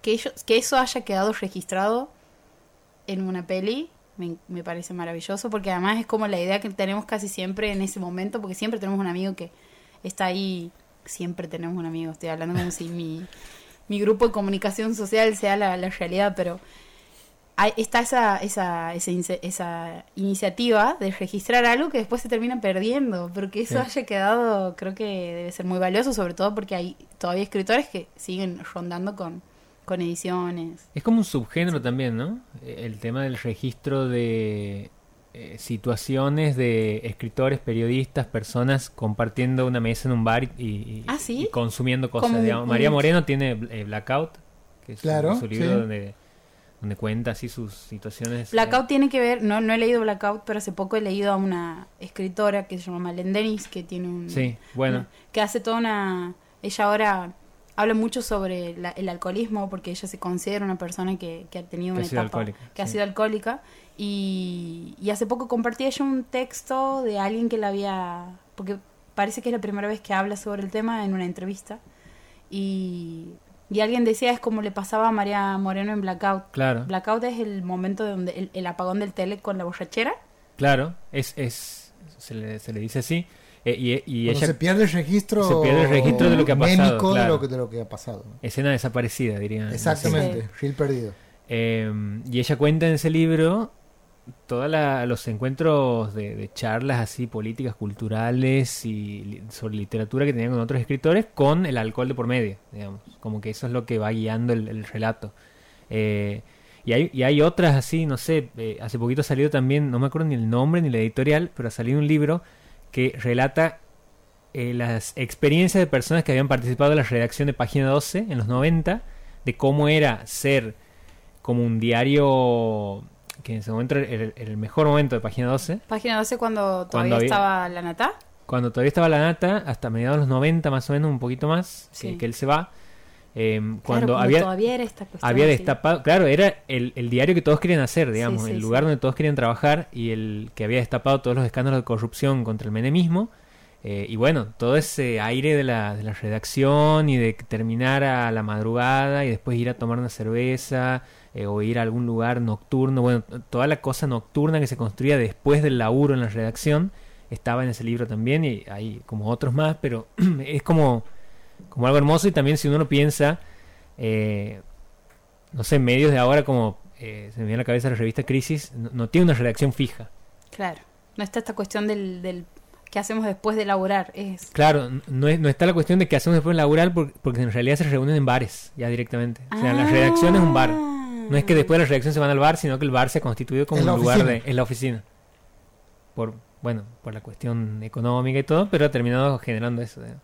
Speaker 2: Que, ellos, que eso haya quedado registrado en una peli me, me parece maravilloso porque además es como la idea que tenemos casi siempre en ese momento porque siempre tenemos un amigo que está ahí, siempre tenemos un amigo, estoy hablando como si mi, mi grupo de comunicación social sea la, la realidad, pero hay- está esa, esa, esa, ince- esa iniciativa de registrar algo que después se termina perdiendo, pero que eso
Speaker 1: Sí.
Speaker 2: haya quedado creo que debe ser muy valioso, sobre todo porque hay todavía escritores que siguen rondando con con ediciones.
Speaker 1: Es como un subgénero también, ¿no? Eh, El tema del registro de eh, situaciones de escritores, periodistas, personas compartiendo una mesa en un bar y, y-
Speaker 2: Ah, ¿sí?
Speaker 1: y consumiendo cosas.
Speaker 2: Como un-
Speaker 1: digamos. María
Speaker 2: un-
Speaker 1: Moreno tiene eh, Blackout, que es su-
Speaker 3: Claro,
Speaker 1: su, libro
Speaker 3: sí.
Speaker 1: donde, donde cuenta así sus situaciones. eh,
Speaker 2: Blackout tiene que ver, no, no he leído Blackout, pero hace poco he leído a una escritora que se llama Malen Dennis, que tiene un...
Speaker 1: Sí, bueno.
Speaker 2: Que hace toda una... Ella ahora habla mucho sobre la- el alcoholismo porque ella se considera una persona que, que ha tenido
Speaker 1: Que
Speaker 2: una
Speaker 1: ha sido
Speaker 2: etapa
Speaker 1: alcohólica,
Speaker 2: que ha
Speaker 1: sí.
Speaker 2: sido alcohólica y, y hace poco compartí ella un texto de alguien que la había... porque parece que es la primera vez que habla sobre el tema en una entrevista y, y alguien decía es como le pasaba a María Moreno en Blackout.
Speaker 1: Claro,
Speaker 2: Blackout es el momento de donde el, el apagón del tele con la borrachera.
Speaker 1: claro. Es, es, se, le, se le dice así. Eh, y y
Speaker 3: Cuando
Speaker 1: ella,
Speaker 3: se pierde el registro.
Speaker 1: se pierde el registro de lo que ha pasado,
Speaker 3: mémico de,
Speaker 1: claro. Ah,
Speaker 3: lo que, de lo que ha pasado. ¿no?
Speaker 1: escena desaparecida, diría.
Speaker 3: Exactamente, Gil perdido.
Speaker 1: Eh, y ella cuenta en ese libro todos los encuentros de, de charlas así políticas, culturales y li- sobre literatura que tenían con otros escritores con el alcohol de por medio, digamos. Como que eso es lo que va guiando el, el relato. Eh, y, hay, y hay otras así, no sé, eh, hace poquito ha salido también, no me acuerdo ni el nombre ni la editorial, pero ha salido un libro que relata eh, las experiencias de personas que habían participado en la redacción de Página 12 en los 90, de cómo era ser como un diario que en ese momento era el, el mejor momento de Página 12,
Speaker 2: Página 12 cuando todavía
Speaker 1: había-
Speaker 2: estaba la nata.
Speaker 1: cuando todavía estaba la nata, hasta mediados de los 90 más o menos, un poquito más, que-
Speaker 2: Sí.
Speaker 1: que, él se va, eh, cuando
Speaker 2: Claro,
Speaker 1: había,
Speaker 2: todavía era esta cuestión.
Speaker 1: había
Speaker 2: así.
Speaker 1: destapado, claro, era el, el diario que todos querían hacer, digamos,
Speaker 2: sí,
Speaker 1: el
Speaker 2: sí.
Speaker 1: lugar donde todos querían trabajar y el que había destapado todos los escándalos de corrupción contra el menemismo. eh, y bueno, todo ese aire de la, de la redacción y de que terminar a la madrugada y después ir a tomar una cerveza eh, o ir a algún lugar nocturno, bueno, t- toda la cosa nocturna que se construía después del laburo en la redacción estaba en ese libro también y hay como otros más, pero [CLEARS THROAT] es como, como algo hermoso y también si uno lo piensa, eh, no sé, medios de ahora como eh, se me viene a la cabeza la revista Crisis, no, no tiene una redacción fija.
Speaker 2: Claro. No está esta cuestión del, del que hacemos después de laburar. Es...
Speaker 1: Claro, n- no, es- no está la cuestión de que hacemos después en laboral por- porque, en realidad se reúnen en bares ya directamente. O sea,
Speaker 2: Ah.
Speaker 1: la redacción es un bar. No es que después de la redacción se van al bar, sino que el bar se ha constituido como
Speaker 3: En
Speaker 1: un
Speaker 3: la
Speaker 1: lugar de,
Speaker 3: oficina.
Speaker 1: en la oficina. Por, bueno, por la cuestión económica y todo, pero ha terminado generando eso. digamos.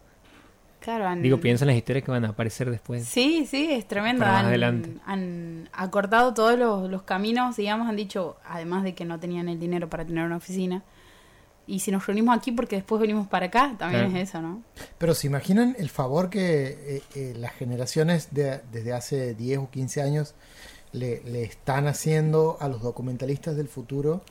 Speaker 2: Claro, han-
Speaker 1: Digo, piensa en las historias que van a aparecer después.
Speaker 2: Mm. Sí, sí, es tremendo.
Speaker 1: Para más
Speaker 2: Han,
Speaker 1: adelante.
Speaker 2: han acortado todos los, los caminos, digamos, han dicho, además de que no tenían el dinero para tener una oficina. Y si nos reunimos aquí porque después venimos para acá, también
Speaker 1: Claro.
Speaker 2: es eso, ¿no?
Speaker 3: Pero se imaginan el favor que eh, eh, las generaciones de- desde hace 10 o 15 años le, le están haciendo a los documentalistas del futuro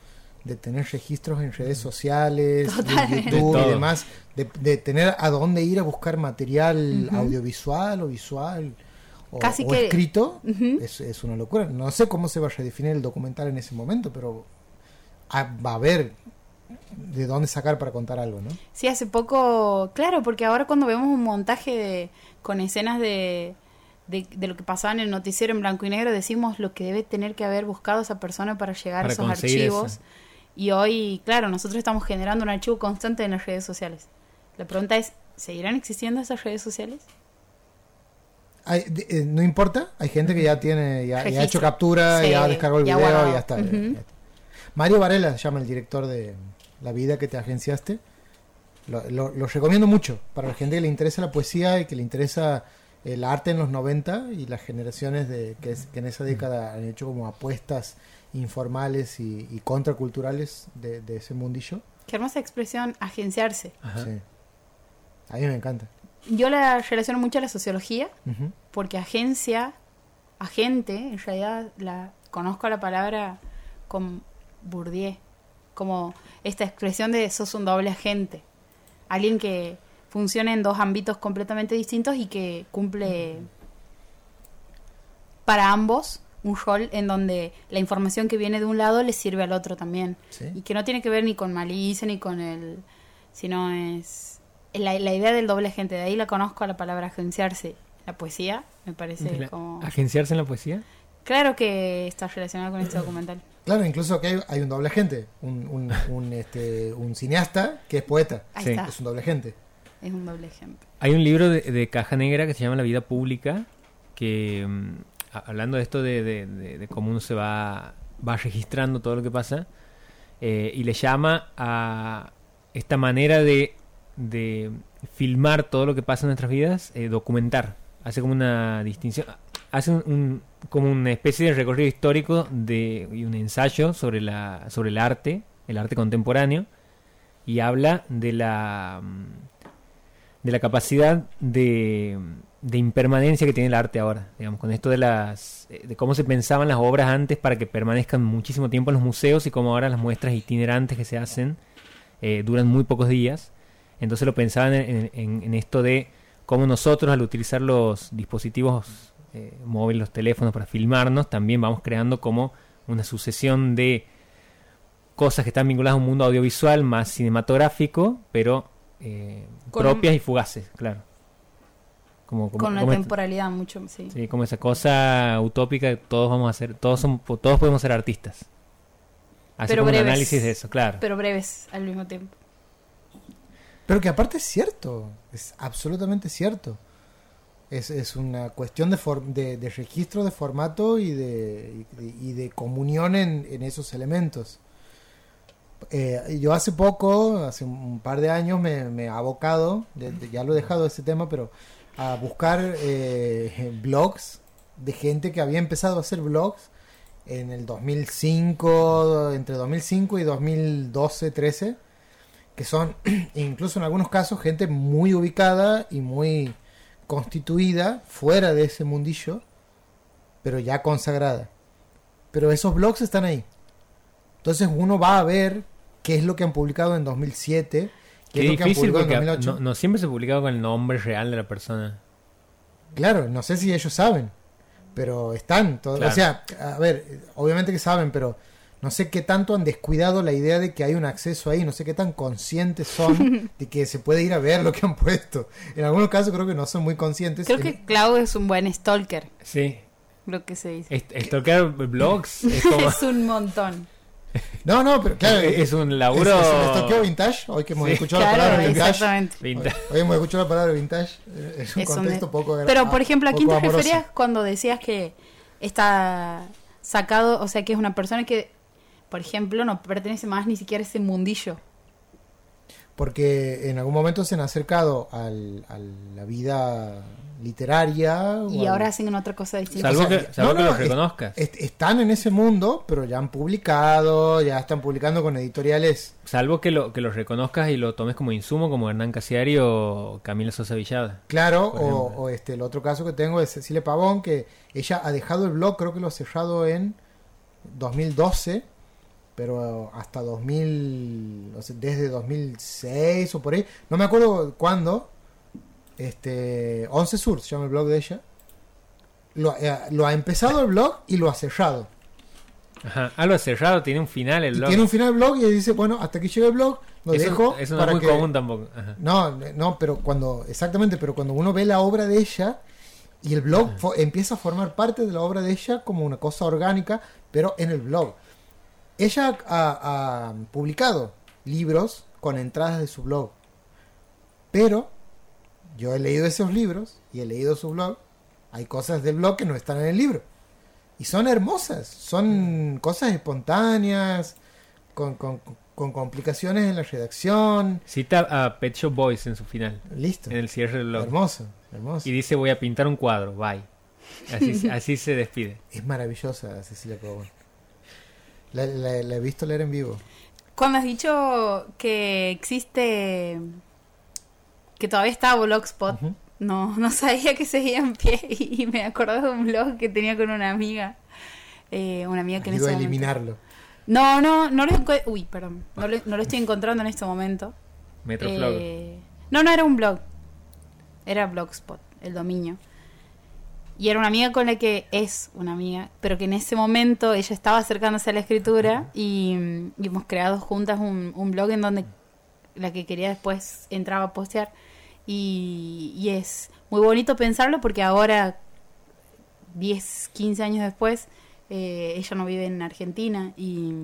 Speaker 3: de tener registros en redes sociales, de
Speaker 2: Totalmente.
Speaker 3: YouTube
Speaker 1: De
Speaker 3: y
Speaker 1: todo.
Speaker 3: demás, de, de tener a dónde ir a buscar material audiovisual o visual o,
Speaker 2: Casi
Speaker 3: o
Speaker 2: que-
Speaker 3: escrito.
Speaker 2: Ujú.
Speaker 3: es, es una locura. No sé cómo se va a redefinir el documental en ese momento, pero ah, va a haber de dónde sacar para contar algo, ¿no?
Speaker 2: Sí, hace poco, claro, porque ahora cuando vemos un montaje de, con escenas de, de, de lo que pasaba en el noticiero en blanco y negro, decimos lo que debe tener que haber buscado esa persona para llegar
Speaker 1: Para
Speaker 2: a esos
Speaker 1: conseguir
Speaker 2: archivos.
Speaker 1: eso.
Speaker 2: Y hoy, claro, nosotros estamos generando un archivo constante en las redes sociales. La pregunta es, ¿seguirán existiendo esas redes sociales?
Speaker 3: Hay- de- eh, no importa, hay gente que ya tiene, ya, ya ha hecho
Speaker 2: Registro.
Speaker 3: captura,
Speaker 2: Sí,
Speaker 3: ya descargó el
Speaker 2: ya
Speaker 3: video,
Speaker 2: guardado.
Speaker 3: ya está, ya-
Speaker 2: Ujú.
Speaker 3: ya está. Mario Varela se llama el director de La vida que te agenciaste. Lo, lo- lo recomiendo mucho para la gente que le interesa la poesía y que le interesa el arte en los 90 y las generaciones de, que, es- que en esa década han hecho como apuestas informales y, y contraculturales de, de ese mundillo.
Speaker 2: Qué hermosa expresión, agenciarse.
Speaker 1: Ajá.
Speaker 3: Sí. A mí me encanta.
Speaker 2: Yo la relaciono mucho a la sociología,
Speaker 3: Ujú.
Speaker 2: porque agencia, agente, en realidad la conozco la palabra con Bourdieu, como esta expresión de sos un doble agente, alguien que funciona en dos ámbitos completamente distintos y que cumple para ambos un rol en donde la información que viene de un lado le sirve al otro también
Speaker 3: Sí.
Speaker 2: y que no tiene que ver ni con malicia ni con el sino es la, la idea del doble agente de ahí la conozco a la palabra agenciarse la poesía me parece
Speaker 1: La-
Speaker 2: como
Speaker 1: ¿Agenciarse en la poesía?
Speaker 2: claro que está relacionado con este documental
Speaker 3: Claro, incluso que hay, hay un doble agente, un, un,
Speaker 2: [LAUGHS]
Speaker 3: un, este, un cineasta que es poeta.
Speaker 2: ahí
Speaker 1: Sí,
Speaker 2: está
Speaker 3: Es un doble agente.
Speaker 2: es un doble agente
Speaker 1: Hay un libro de, de Caja Negra que se llama La vida pública, que mm, a- hablando de esto de, de- de- de cómo uno se va, va registrando todo lo que pasa, eh, y le llama a esta manera de, de filmar todo lo que pasa en nuestras vidas, eh, documentar. Hace como una distinción, hace un, un- como una especie de recorrido histórico de, y un ensayo sobre, la, sobre el arte, el arte contemporáneo, y habla de la... mm, de la capacidad de, de impermanencia que tiene el arte ahora, digamos, con esto de las eh, de cómo se pensaban las obras antes para que permanezcan muchísimo tiempo en los museos y cómo ahora las muestras itinerantes que se hacen eh, duran muy pocos días. Entonces lo pensaban en, en- en esto de cómo nosotros al utilizar los dispositivos eh, móviles, los teléfonos para filmarnos, también vamos creando como una sucesión de cosas que están vinculadas a un mundo audiovisual más cinematográfico, pero eh,
Speaker 2: Con-
Speaker 1: propias y fugaces, claro. Como, como-
Speaker 2: Con la
Speaker 1: como est-
Speaker 2: temporalidad mucho, sí.
Speaker 1: sí, como esa cosa utópica que todos vamos a ser, todos somos, todos podemos ser artistas. Hacer
Speaker 2: Pero
Speaker 1: como un
Speaker 2: breves.
Speaker 1: análisis de eso, claro.
Speaker 2: Pero breves al mismo tiempo.
Speaker 3: Pero que aparte es cierto, es absolutamente cierto. Es, es una cuestión de, for- de, de registro, de formato y de, y de- y de comunión en, en esos elementos. Eh, yo hace poco, hace un par de años, me, me he abocado, de- de- ya lo he dejado ese tema, pero a buscar eh, [LAUGHS] blogs de gente que había empezado a hacer blogs en el 2005, entre 2005 y 2012, 13 que son [CLEARS THROAT] incluso en algunos casos gente muy ubicada y muy constituida fuera de ese mundillo, pero ya consagrada. Pero esos blogs están ahí. Entonces uno va a ver qué es lo que han publicado en 2007, qué,
Speaker 1: Qué
Speaker 3: es lo que han
Speaker 1: difícil
Speaker 3: publicado en
Speaker 1: porque ah,
Speaker 3: 2008.
Speaker 1: no, no siempre se publicaba con el nombre real de la persona.
Speaker 3: Claro, no sé si ellos saben, pero están. to-
Speaker 1: Claro.
Speaker 3: O sea, a ver, obviamente que saben, pero no sé qué tanto han descuidado la idea de que hay un acceso ahí, no sé qué tan
Speaker 2: [LAUGHS]
Speaker 3: conscientes son de que se puede ir a ver lo que han puesto. En algunos casos creo que no son muy conscientes.
Speaker 2: Creo
Speaker 3: En-
Speaker 2: que Clau es un buen stalker,
Speaker 1: Sí.
Speaker 2: lo que se dice.
Speaker 1: Est- Stalkear
Speaker 3: [LAUGHS]
Speaker 1: blogs es como-
Speaker 2: Es un montón.
Speaker 3: No, no, pero claro, es,
Speaker 1: es un
Speaker 3: es un
Speaker 1: laburo.
Speaker 3: estoqueo vintage, hoy que hemos
Speaker 1: Sí.
Speaker 3: escuchado la
Speaker 2: Claro,
Speaker 3: palabra vintage.
Speaker 2: exactamente.
Speaker 1: Vinta-
Speaker 3: Hoy hemos escuchado la palabra vintage, eh, es [LAUGHS] un
Speaker 2: Es un
Speaker 3: contexto
Speaker 2: de-
Speaker 3: poco ah,
Speaker 2: Pero, por ejemplo, ¿a quién
Speaker 3: poco
Speaker 2: te
Speaker 3: amoroso.
Speaker 2: referías cuando decías que está sacado, o sea, que es una persona que, por ejemplo, no pertenece más ni siquiera a ese mundillo?
Speaker 3: Porque en algún momento se han acercado al, a la vida literaria. o
Speaker 2: Y
Speaker 3: al-
Speaker 2: ahora hacen otra cosa distinta.
Speaker 1: Salvo
Speaker 3: O sea,
Speaker 1: que, salvo
Speaker 3: no,
Speaker 1: que
Speaker 3: no,
Speaker 1: lo
Speaker 3: es-
Speaker 1: reconozcas.
Speaker 3: Est- están en ese mundo, pero ya han publicado, ya están publicando con editoriales.
Speaker 1: Salvo que lo, que lo reconozcas y lo tomes como insumo, como Hernán Casiari o Camila Sosa Villada.
Speaker 3: Claro,
Speaker 1: Por
Speaker 3: o,
Speaker 1: ejemplo.
Speaker 3: o este, el otro caso que tengo es Cecilia Pavón, que ella ha dejado el blog, creo que lo ha cerrado en 2012, pero hasta 2000, no sé, desde 2006 o por ahí, no me acuerdo cuándo, este, 11 Sur se llama el blog de ella, lo, eh, lo ha empezado el blog y lo ha cerrado.
Speaker 1: Ajá. Algo cerrado, tiene un final el
Speaker 3: Y
Speaker 1: blog.
Speaker 3: tiene un final el blog y dice, bueno, hasta aquí llega el blog, lo
Speaker 1: eso,
Speaker 3: dejo.
Speaker 1: eso no
Speaker 3: para
Speaker 1: es muy
Speaker 3: que-
Speaker 1: común tampoco. Ajá.
Speaker 3: No, no, pero cuando, exactamente, pero cuando uno ve la obra de ella y el blog fo- empieza a formar parte de la obra de ella como una cosa orgánica, pero en el blog. Ella ha, ha publicado libros con entradas de su blog, pero yo he leído esos libros y he leído su blog. Hay cosas del blog que no están en el libro. Y son hermosas, son cosas espontáneas, con, con- con complicaciones en la redacción.
Speaker 1: Cita a Pet Shop Boys en su final,
Speaker 3: Listo.
Speaker 1: en el cierre del blog.
Speaker 3: Hermoso, hermoso.
Speaker 1: Y dice: Voy a pintar un cuadro, bye. Así, así se despide.
Speaker 3: Es maravillosa Cecilia Pavón. La, la- la he visto leer en vivo.
Speaker 2: Cuando has dicho que existe, que todavía está Blogspot,
Speaker 3: Ujú.
Speaker 2: no, no sabía que seguía en pie [LAUGHS] y, y me acordé de un blog que tenía con una amiga. eh, una amiga
Speaker 3: Ha
Speaker 2: que en
Speaker 3: ido a
Speaker 2: ese momento-
Speaker 3: eliminarlo.
Speaker 2: No, no, no lo, encu- uy, perdón, no lo- no lo estoy encontrando en este momento.
Speaker 1: Metroflog.
Speaker 2: Eh, no, no era un blog. Era Blogspot, el dominio. Y era una amiga con la que es una amiga, pero que en ese momento ella estaba acercándose a la escritura y, mm, y hemos creado juntas un, un blog en donde la que quería después entraba a postear. Y, y es muy bonito pensarlo porque ahora, 10, 15 años después, eh, ella no vive en Argentina y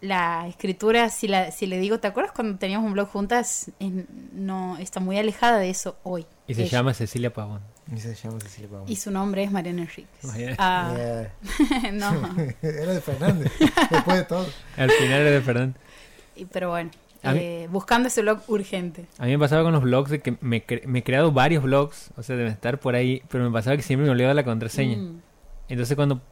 Speaker 2: la escritura, si, la, si le digo, ¿te acuerdas cuando teníamos un blog juntas? En- no, está muy alejada de eso hoy.
Speaker 1: Y se
Speaker 2: Ella.
Speaker 1: llama Cecilia Pavón.
Speaker 3: Ni se llama Cecilia Pavón.
Speaker 2: Y su nombre es Mariana Enríquez.
Speaker 1: Mariana.
Speaker 2: Ah, [LAUGHS]
Speaker 3: Yeah.
Speaker 2: no.
Speaker 3: [LAUGHS] Era
Speaker 2: [LAUGHS]
Speaker 3: de Fernández, después de todo.
Speaker 1: Al final era de Fernández.
Speaker 2: Y- Pero bueno,
Speaker 1: A mí-
Speaker 2: eh, buscando ese blog urgente.
Speaker 1: A mí me pasaba con los blogs de que me, cre- me he creado varios blogs, o sea, deben estar por ahí, pero me pasaba que siempre me olvidaba la contraseña.
Speaker 2: Mm.
Speaker 1: Entonces cuando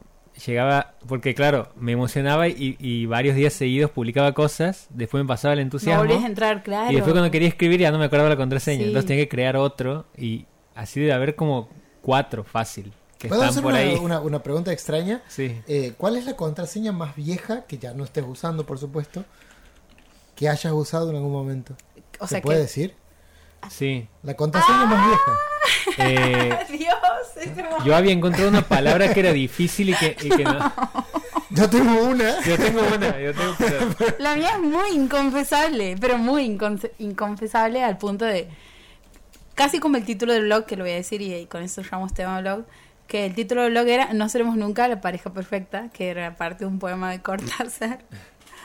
Speaker 1: llegaba, porque claro, me emocionaba y, y varios días seguidos publicaba cosas, después me pasaba el
Speaker 2: No
Speaker 1: entusiasmo.
Speaker 2: volvías a entrar, claro.
Speaker 1: Y después cuando quería escribir ya no me acordaba la contraseña,
Speaker 2: Sí.
Speaker 1: entonces tenía que crear otro y así debe haber como cuatro fácil que
Speaker 3: ¿Puedo
Speaker 1: están
Speaker 3: hacer
Speaker 1: por
Speaker 3: una,
Speaker 1: ahí.
Speaker 3: una- una pregunta extraña?
Speaker 1: Sí.
Speaker 3: Eh, ¿Cuál es la contraseña más vieja que ya no estés usando, por supuesto, que hayas usado en algún momento?
Speaker 2: O sea
Speaker 3: ¿Se puede
Speaker 2: que-
Speaker 3: decir?
Speaker 1: Sí.
Speaker 3: La contraseña más vieja.
Speaker 1: Eh,
Speaker 2: Dios, este mo-
Speaker 1: yo había encontrado una palabra que era difícil y que, y que
Speaker 2: [LAUGHS]
Speaker 1: no.
Speaker 2: Ah.
Speaker 3: Yo tengo una.
Speaker 1: Yo tengo una, yo tengo pero-
Speaker 2: La mía es muy inconfesable, pero muy inconse- inconfesable al punto de. Casi como el título del blog, que lo voy a decir y, y con eso llamamos tema blog. Que el título del blog era No seremos nunca la pareja perfecta, que era parte de un poema de Cortázar, [LAUGHS]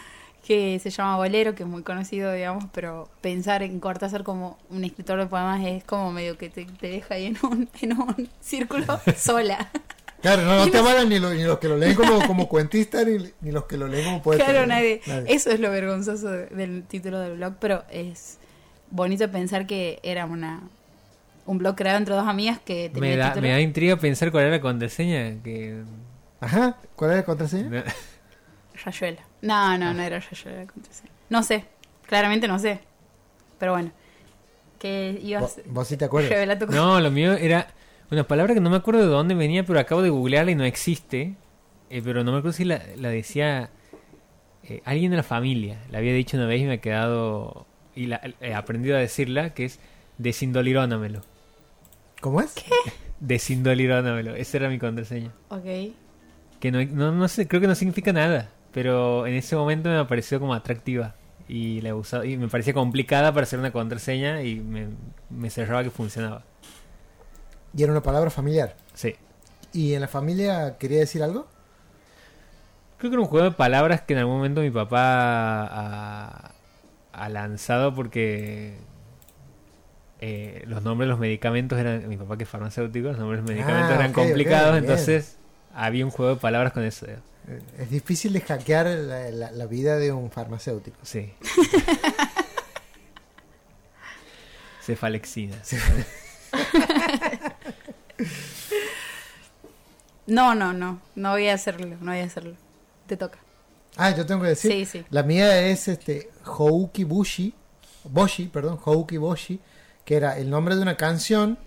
Speaker 2: que se llama Bolero, que es muy conocido, digamos, pero pensar en Cortázar como un escritor de poemas es como medio que te, te deja ahí en un, en un [LAUGHS] círculo sola.
Speaker 3: Claro, no, no te avalan ni, lo- ni los que lo leen como, como cuentista, ni, ni los que lo leen como poeta.
Speaker 2: Claro,
Speaker 3: ¿no?
Speaker 2: nadie. Eso es lo vergonzoso de- del título del blog, pero es bonito pensar que era una un blog creado entre dos amigas que tenía
Speaker 1: me,
Speaker 2: el
Speaker 1: da,
Speaker 2: título.
Speaker 1: me da intriga pensar cuál era la contraseña. Que...
Speaker 3: Ajá, ¿cuál era la contraseña?
Speaker 1: no-
Speaker 2: Rayuela. No,
Speaker 1: Ah.
Speaker 2: no, no era Rayuela. la contraseña. No sé, claramente no sé. Pero bueno, que
Speaker 3: Vos,
Speaker 2: ibas
Speaker 3: vos sí te
Speaker 2: a
Speaker 3: acuerdas.
Speaker 2: revelar tu
Speaker 1: No, lo mío era una palabra que no me acuerdo de dónde venía, pero acabo de googlearla y no existe. Eh, pero no me acuerdo si la, la decía eh, alguien de la familia. La había dicho una vez y me ha quedado. Y la, he aprendido a decirla, que es desindolirónamelo.
Speaker 3: ¿Cómo es?
Speaker 1: Desindolirónamelo. Esa era mi contraseña.
Speaker 2: Ok.
Speaker 1: Que no, no, no sé, creo que no significa nada. Pero en ese momento me pareció como atractiva. Y la he usado- y me parecía complicada para hacer una contraseña y me, me cerraba que funcionaba.
Speaker 3: Y era una palabra familiar.
Speaker 1: Sí.
Speaker 3: ¿Y en la familia quería decir algo?
Speaker 1: Creo que era un juego de palabras que en algún momento mi papá ha, ha lanzado porque eh, los nombres de los medicamentos eran. Mi papá, que es farmacéutico, los nombres de los medicamentos
Speaker 3: Ah,
Speaker 1: eran
Speaker 3: ok, ok,
Speaker 1: complicados,
Speaker 3: bien.
Speaker 1: entonces había un juego de palabras con eso.
Speaker 3: Eh, Es difícil de hackear la, la- la vida de un farmacéutico.
Speaker 1: Sí.
Speaker 3: [LAUGHS]
Speaker 1: Cefalexina.
Speaker 2: No, no, no. No voy a hacerlo. No voy a hacerlo. Te toca.
Speaker 3: Ah, yo tengo que decir.
Speaker 2: Sí, sí.
Speaker 3: La mía es este Houki Bushi, Boshi, perdón, Houki Boshi, que era el nombre de una canción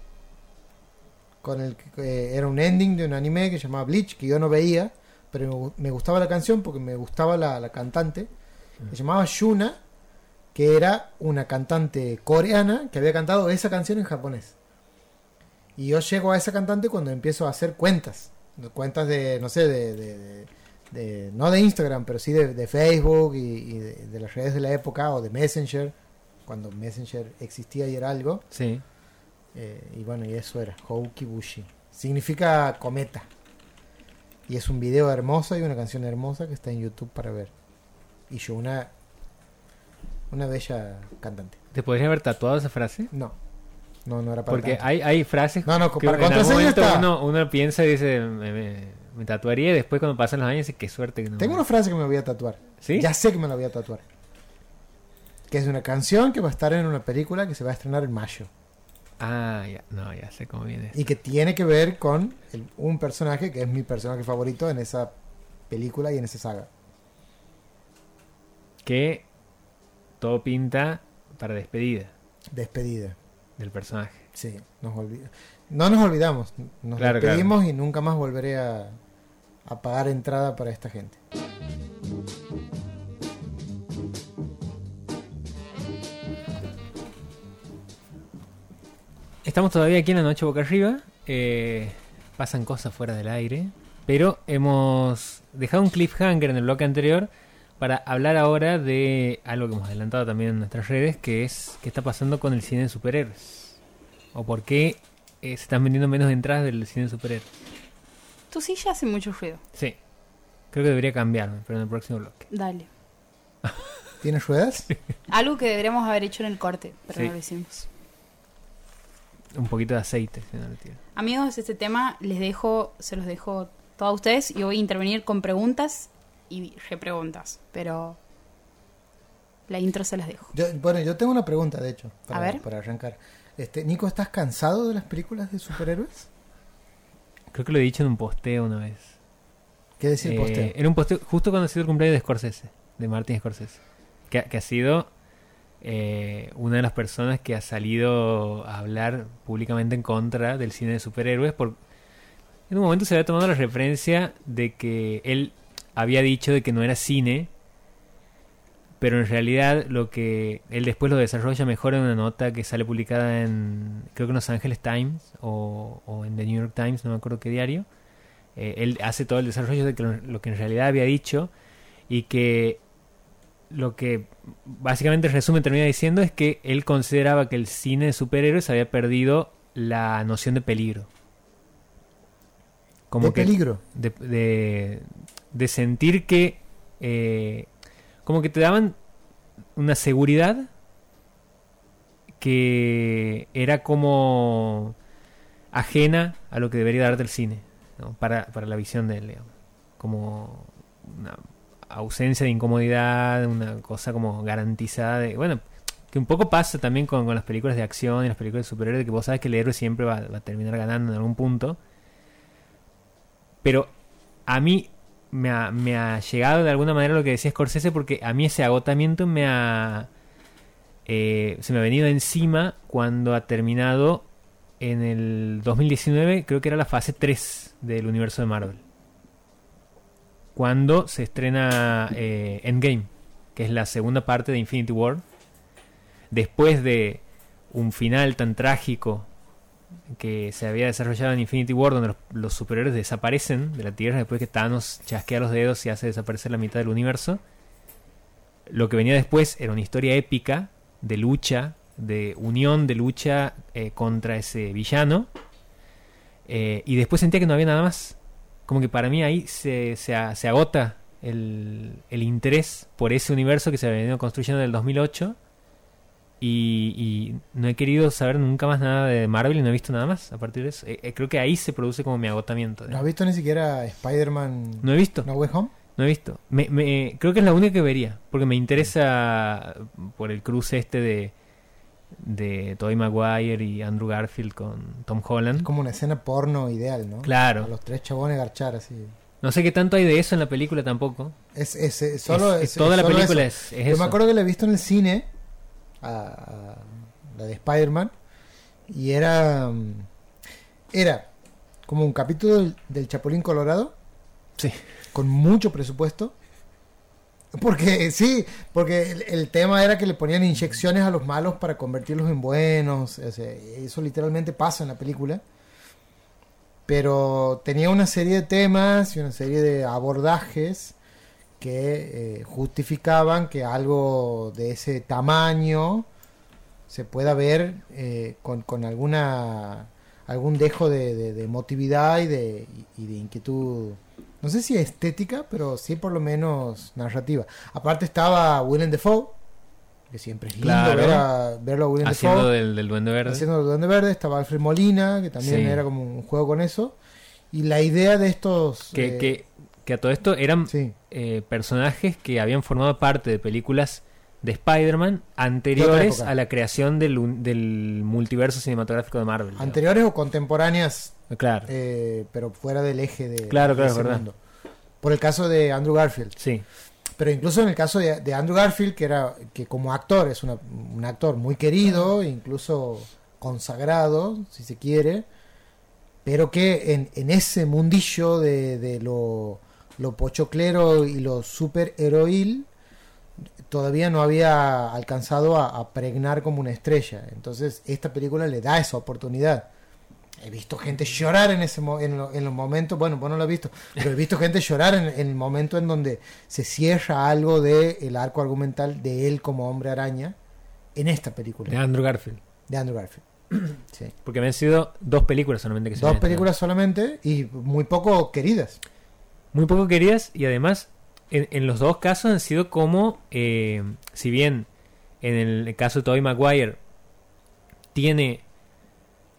Speaker 3: con el que eh, era un ending de un anime que se llamaba Bleach, que yo no veía, pero me gu- me gustaba la canción porque me gustaba la, la cantante. Se llamaba Shuna, que era una cantante coreana que había cantado esa canción en japonés. Y yo llego a esa cantante cuando empiezo a hacer cuentas. Cuentas de, no sé, de. de- de- de- no de Instagram, pero sí de, de Facebook y, y de, de las redes de la época o de Messenger, cuando Messenger existía y era algo.
Speaker 1: Sí.
Speaker 3: Eh, y bueno, y eso era, Houkibushi. Significa cometa. Y es un video hermoso y una canción hermosa que está en YouTube para ver. Y yo, una, una bella cantante.
Speaker 1: ¿Te podrías haber tatuado esa frase?
Speaker 3: No, no, no era para
Speaker 1: Porque
Speaker 3: tanto.
Speaker 1: hay, hay frases
Speaker 3: No, no,
Speaker 1: que
Speaker 3: para
Speaker 1: en algún
Speaker 3: contraseña
Speaker 1: momento
Speaker 3: está.
Speaker 1: uno, uno piensa y dice, me, me- me tatuaría y después cuando pasan los años dice, qué suerte que no.
Speaker 3: Tengo una frase que me voy a tatuar.
Speaker 1: ¿Sí?
Speaker 3: Ya sé que me la voy a tatuar. Que es una canción que va a estar en una película que se va a estrenar en mayo.
Speaker 1: Ah, ya, no, ya sé cómo viene.
Speaker 3: Y que tiene que ver con el- un personaje que es mi personaje favorito en esa película y en esa saga.
Speaker 1: Que todo pinta para despedida
Speaker 3: Despedida.
Speaker 1: del personaje.
Speaker 3: Sí, nos olvi- No nos olvidamos. Nos
Speaker 1: Claro,
Speaker 3: despedimos y nunca más volveré a, a pagar entrada para esta gente.
Speaker 1: Estamos todavía aquí en la noche boca arriba. eh, pasan cosas fuera del aire. Pero hemos dejado un cliffhanger en el bloque anterior para hablar ahora de algo que hemos adelantado también en nuestras redes, que es qué está pasando con el cine de superhéroes. O por qué eh, se están vendiendo menos entradas del cine de superhéroes.
Speaker 2: Tu silla hace mucho ruido.
Speaker 1: Sí. Creo que debería cambiarme, pero en el próximo bloque.
Speaker 2: Dale.
Speaker 3: ¿Tienes ruedas?
Speaker 2: Algo que deberíamos haber hecho en el corte, pero
Speaker 1: Sí.
Speaker 2: no lo hicimos.
Speaker 1: un poquito de aceite. si no lo tira.
Speaker 2: Amigos, este tema les dejo, se los dejo todos a ustedes. Yo voy a intervenir con preguntas y repreguntas, pero la intro se las dejo.
Speaker 3: Yo- bueno, yo tengo una pregunta, de hecho, para,
Speaker 2: A ver.
Speaker 3: para arrancar. Este, Nico, ¿estás cansado de las películas de superhéroes?
Speaker 1: Creo que lo he dicho en un posteo una vez.
Speaker 3: ¿Qué decir
Speaker 1: Eh,
Speaker 3: posteo?
Speaker 1: Era un posteo justo cuando ha sido el cumpleaños de Scorsese, de Martin Scorsese. Que, que ha sido eh, una de las personas que ha salido a hablar públicamente en contra del cine de superhéroes. Por, en un momento se había tomado la referencia de que él había dicho de que no era cine, pero en realidad lo que él después lo desarrolla mejor en una nota que sale publicada en creo que en Los Angeles Times o, o en The New York Times, no me acuerdo qué diario. Eh, él hace todo el desarrollo de que lo, lo que en realidad había dicho y que lo que básicamente en resumen termina diciendo es que él consideraba que el cine de superhéroes había perdido la noción de peligro.
Speaker 3: de peligro.
Speaker 1: de, de- de sentir que eh, como que te daban una seguridad que era como ajena a lo que debería darte el cine ¿no? para, para la visión de él digamos. como una ausencia de incomodidad una cosa como garantizada de bueno que un poco pasa también con, con las películas de acción y las películas de superhéroes que vos sabes que el héroe siempre va, va a terminar ganando en algún punto pero a mí me ha, me ha llegado de alguna manera lo que decía Scorsese porque a mí ese agotamiento me ha eh, se me ha venido encima cuando ha terminado en el 2019 creo que era la fase 3 del universo de Marvel cuando se estrena eh, Endgame que es la segunda parte de Infinity War después de un final tan trágico que se había desarrollado en Infinity War, donde los, los superhéroes desaparecen de la Tierra después que Thanos chasquea los dedos y hace desaparecer la mitad del universo. Lo que venía después era una historia épica de lucha, de unión, de lucha eh, contra ese villano. Eh, y después sentía que no había nada más. Como que para mí ahí se, se a- se agota el, el interés por ese universo que se había venido construyendo del 2008 y, y no he querido saber nunca más nada de Marvel y no he visto nada más a partir de eso. Eh, eh, creo que ahí se produce como mi agotamiento.
Speaker 3: ¿No has visto ni siquiera Spider-Man
Speaker 1: No he visto,
Speaker 3: No Way Home?
Speaker 1: no he visto. Me- me- creo que es la única que vería, porque me interesa por el cruce este de, de Tobey Maguire y Andrew Garfield con Tom
Speaker 3: Es
Speaker 1: Holland.
Speaker 3: como una escena porno ideal, ¿no? A
Speaker 1: Claro.
Speaker 3: los tres chabones garchar así.
Speaker 1: No sé qué tanto hay de eso en la película tampoco.
Speaker 3: Es, es, es- solo
Speaker 1: Es- es
Speaker 3: es-
Speaker 1: toda la
Speaker 3: solo
Speaker 1: película
Speaker 3: eso.
Speaker 1: es, es
Speaker 3: Yo
Speaker 1: eso.
Speaker 3: me acuerdo que la he visto en el cine, a- a- la de Spider-Man, y era. mm, Era como un capítulo del, del Chapulín Colorado,
Speaker 1: Sí.
Speaker 3: con mucho presupuesto. Porque [LAUGHS] sí, porque el, el tema era que le ponían inyecciones a los malos para convertirlos en buenos. o sea, eso literalmente pasa en la película. Pero tenía una serie de temas y una serie de abordajes que eh, justificaban que algo de ese tamaño se pueda ver eh, con, con alguna algún dejo de, de- de emotividad y de, y de inquietud no sé si estética pero sí por lo menos narrativa aparte estaba Willem Dafoe que siempre es lindo
Speaker 1: Claro.
Speaker 3: ver a- verlo a Willem Dafoe
Speaker 1: Haciendo del, del Duende Verde.
Speaker 3: haciendo el Duende Verde, estaba Alfred Molina, que también
Speaker 1: Sí.
Speaker 3: era como un juego con eso. Y la idea de estos...
Speaker 1: Que,
Speaker 3: eh,
Speaker 1: que, que a todo esto eran
Speaker 3: Sí,
Speaker 1: eh, personajes que habían formado parte de películas de Spider-Man anteriores
Speaker 3: época.
Speaker 1: a la creación del, un- del multiverso cinematográfico de Marvel. digamos.
Speaker 3: anteriores o contemporáneas,
Speaker 1: Claro,
Speaker 3: eh, pero fuera del eje de,
Speaker 1: Claro,
Speaker 3: de
Speaker 1: claro,
Speaker 3: ese
Speaker 1: es verdad.
Speaker 3: mundo. Por el caso de Andrew Garfield.
Speaker 1: sí.
Speaker 3: Pero incluso en el caso de, de Andrew Garfield, que era que como actor es una- un actor muy querido, incluso consagrado, si se quiere, pero que en, en ese mundillo de, de lo, lo pochoclero y lo superheroil, todavía no había alcanzado a, a pregnar como una estrella. Entonces esta película le da esa oportunidad. He visto gente llorar en ese mo- en, lo- en los momentos, bueno, vos no lo has visto, pero he visto gente llorar en, en el momento en donde se cierra algo del el arco argumental de él como hombre araña en esta película
Speaker 1: De Andrew Garfield.
Speaker 3: de Andrew Garfield. [CLEARS THROAT] Sí.
Speaker 1: Porque me han sido dos películas solamente que se me
Speaker 3: Dos
Speaker 1: han estrenado.
Speaker 3: películas solamente y muy poco queridas.
Speaker 1: muy poco queridas y además en, en los dos casos han sido como, eh, si bien en el caso de Tobey Maguire tiene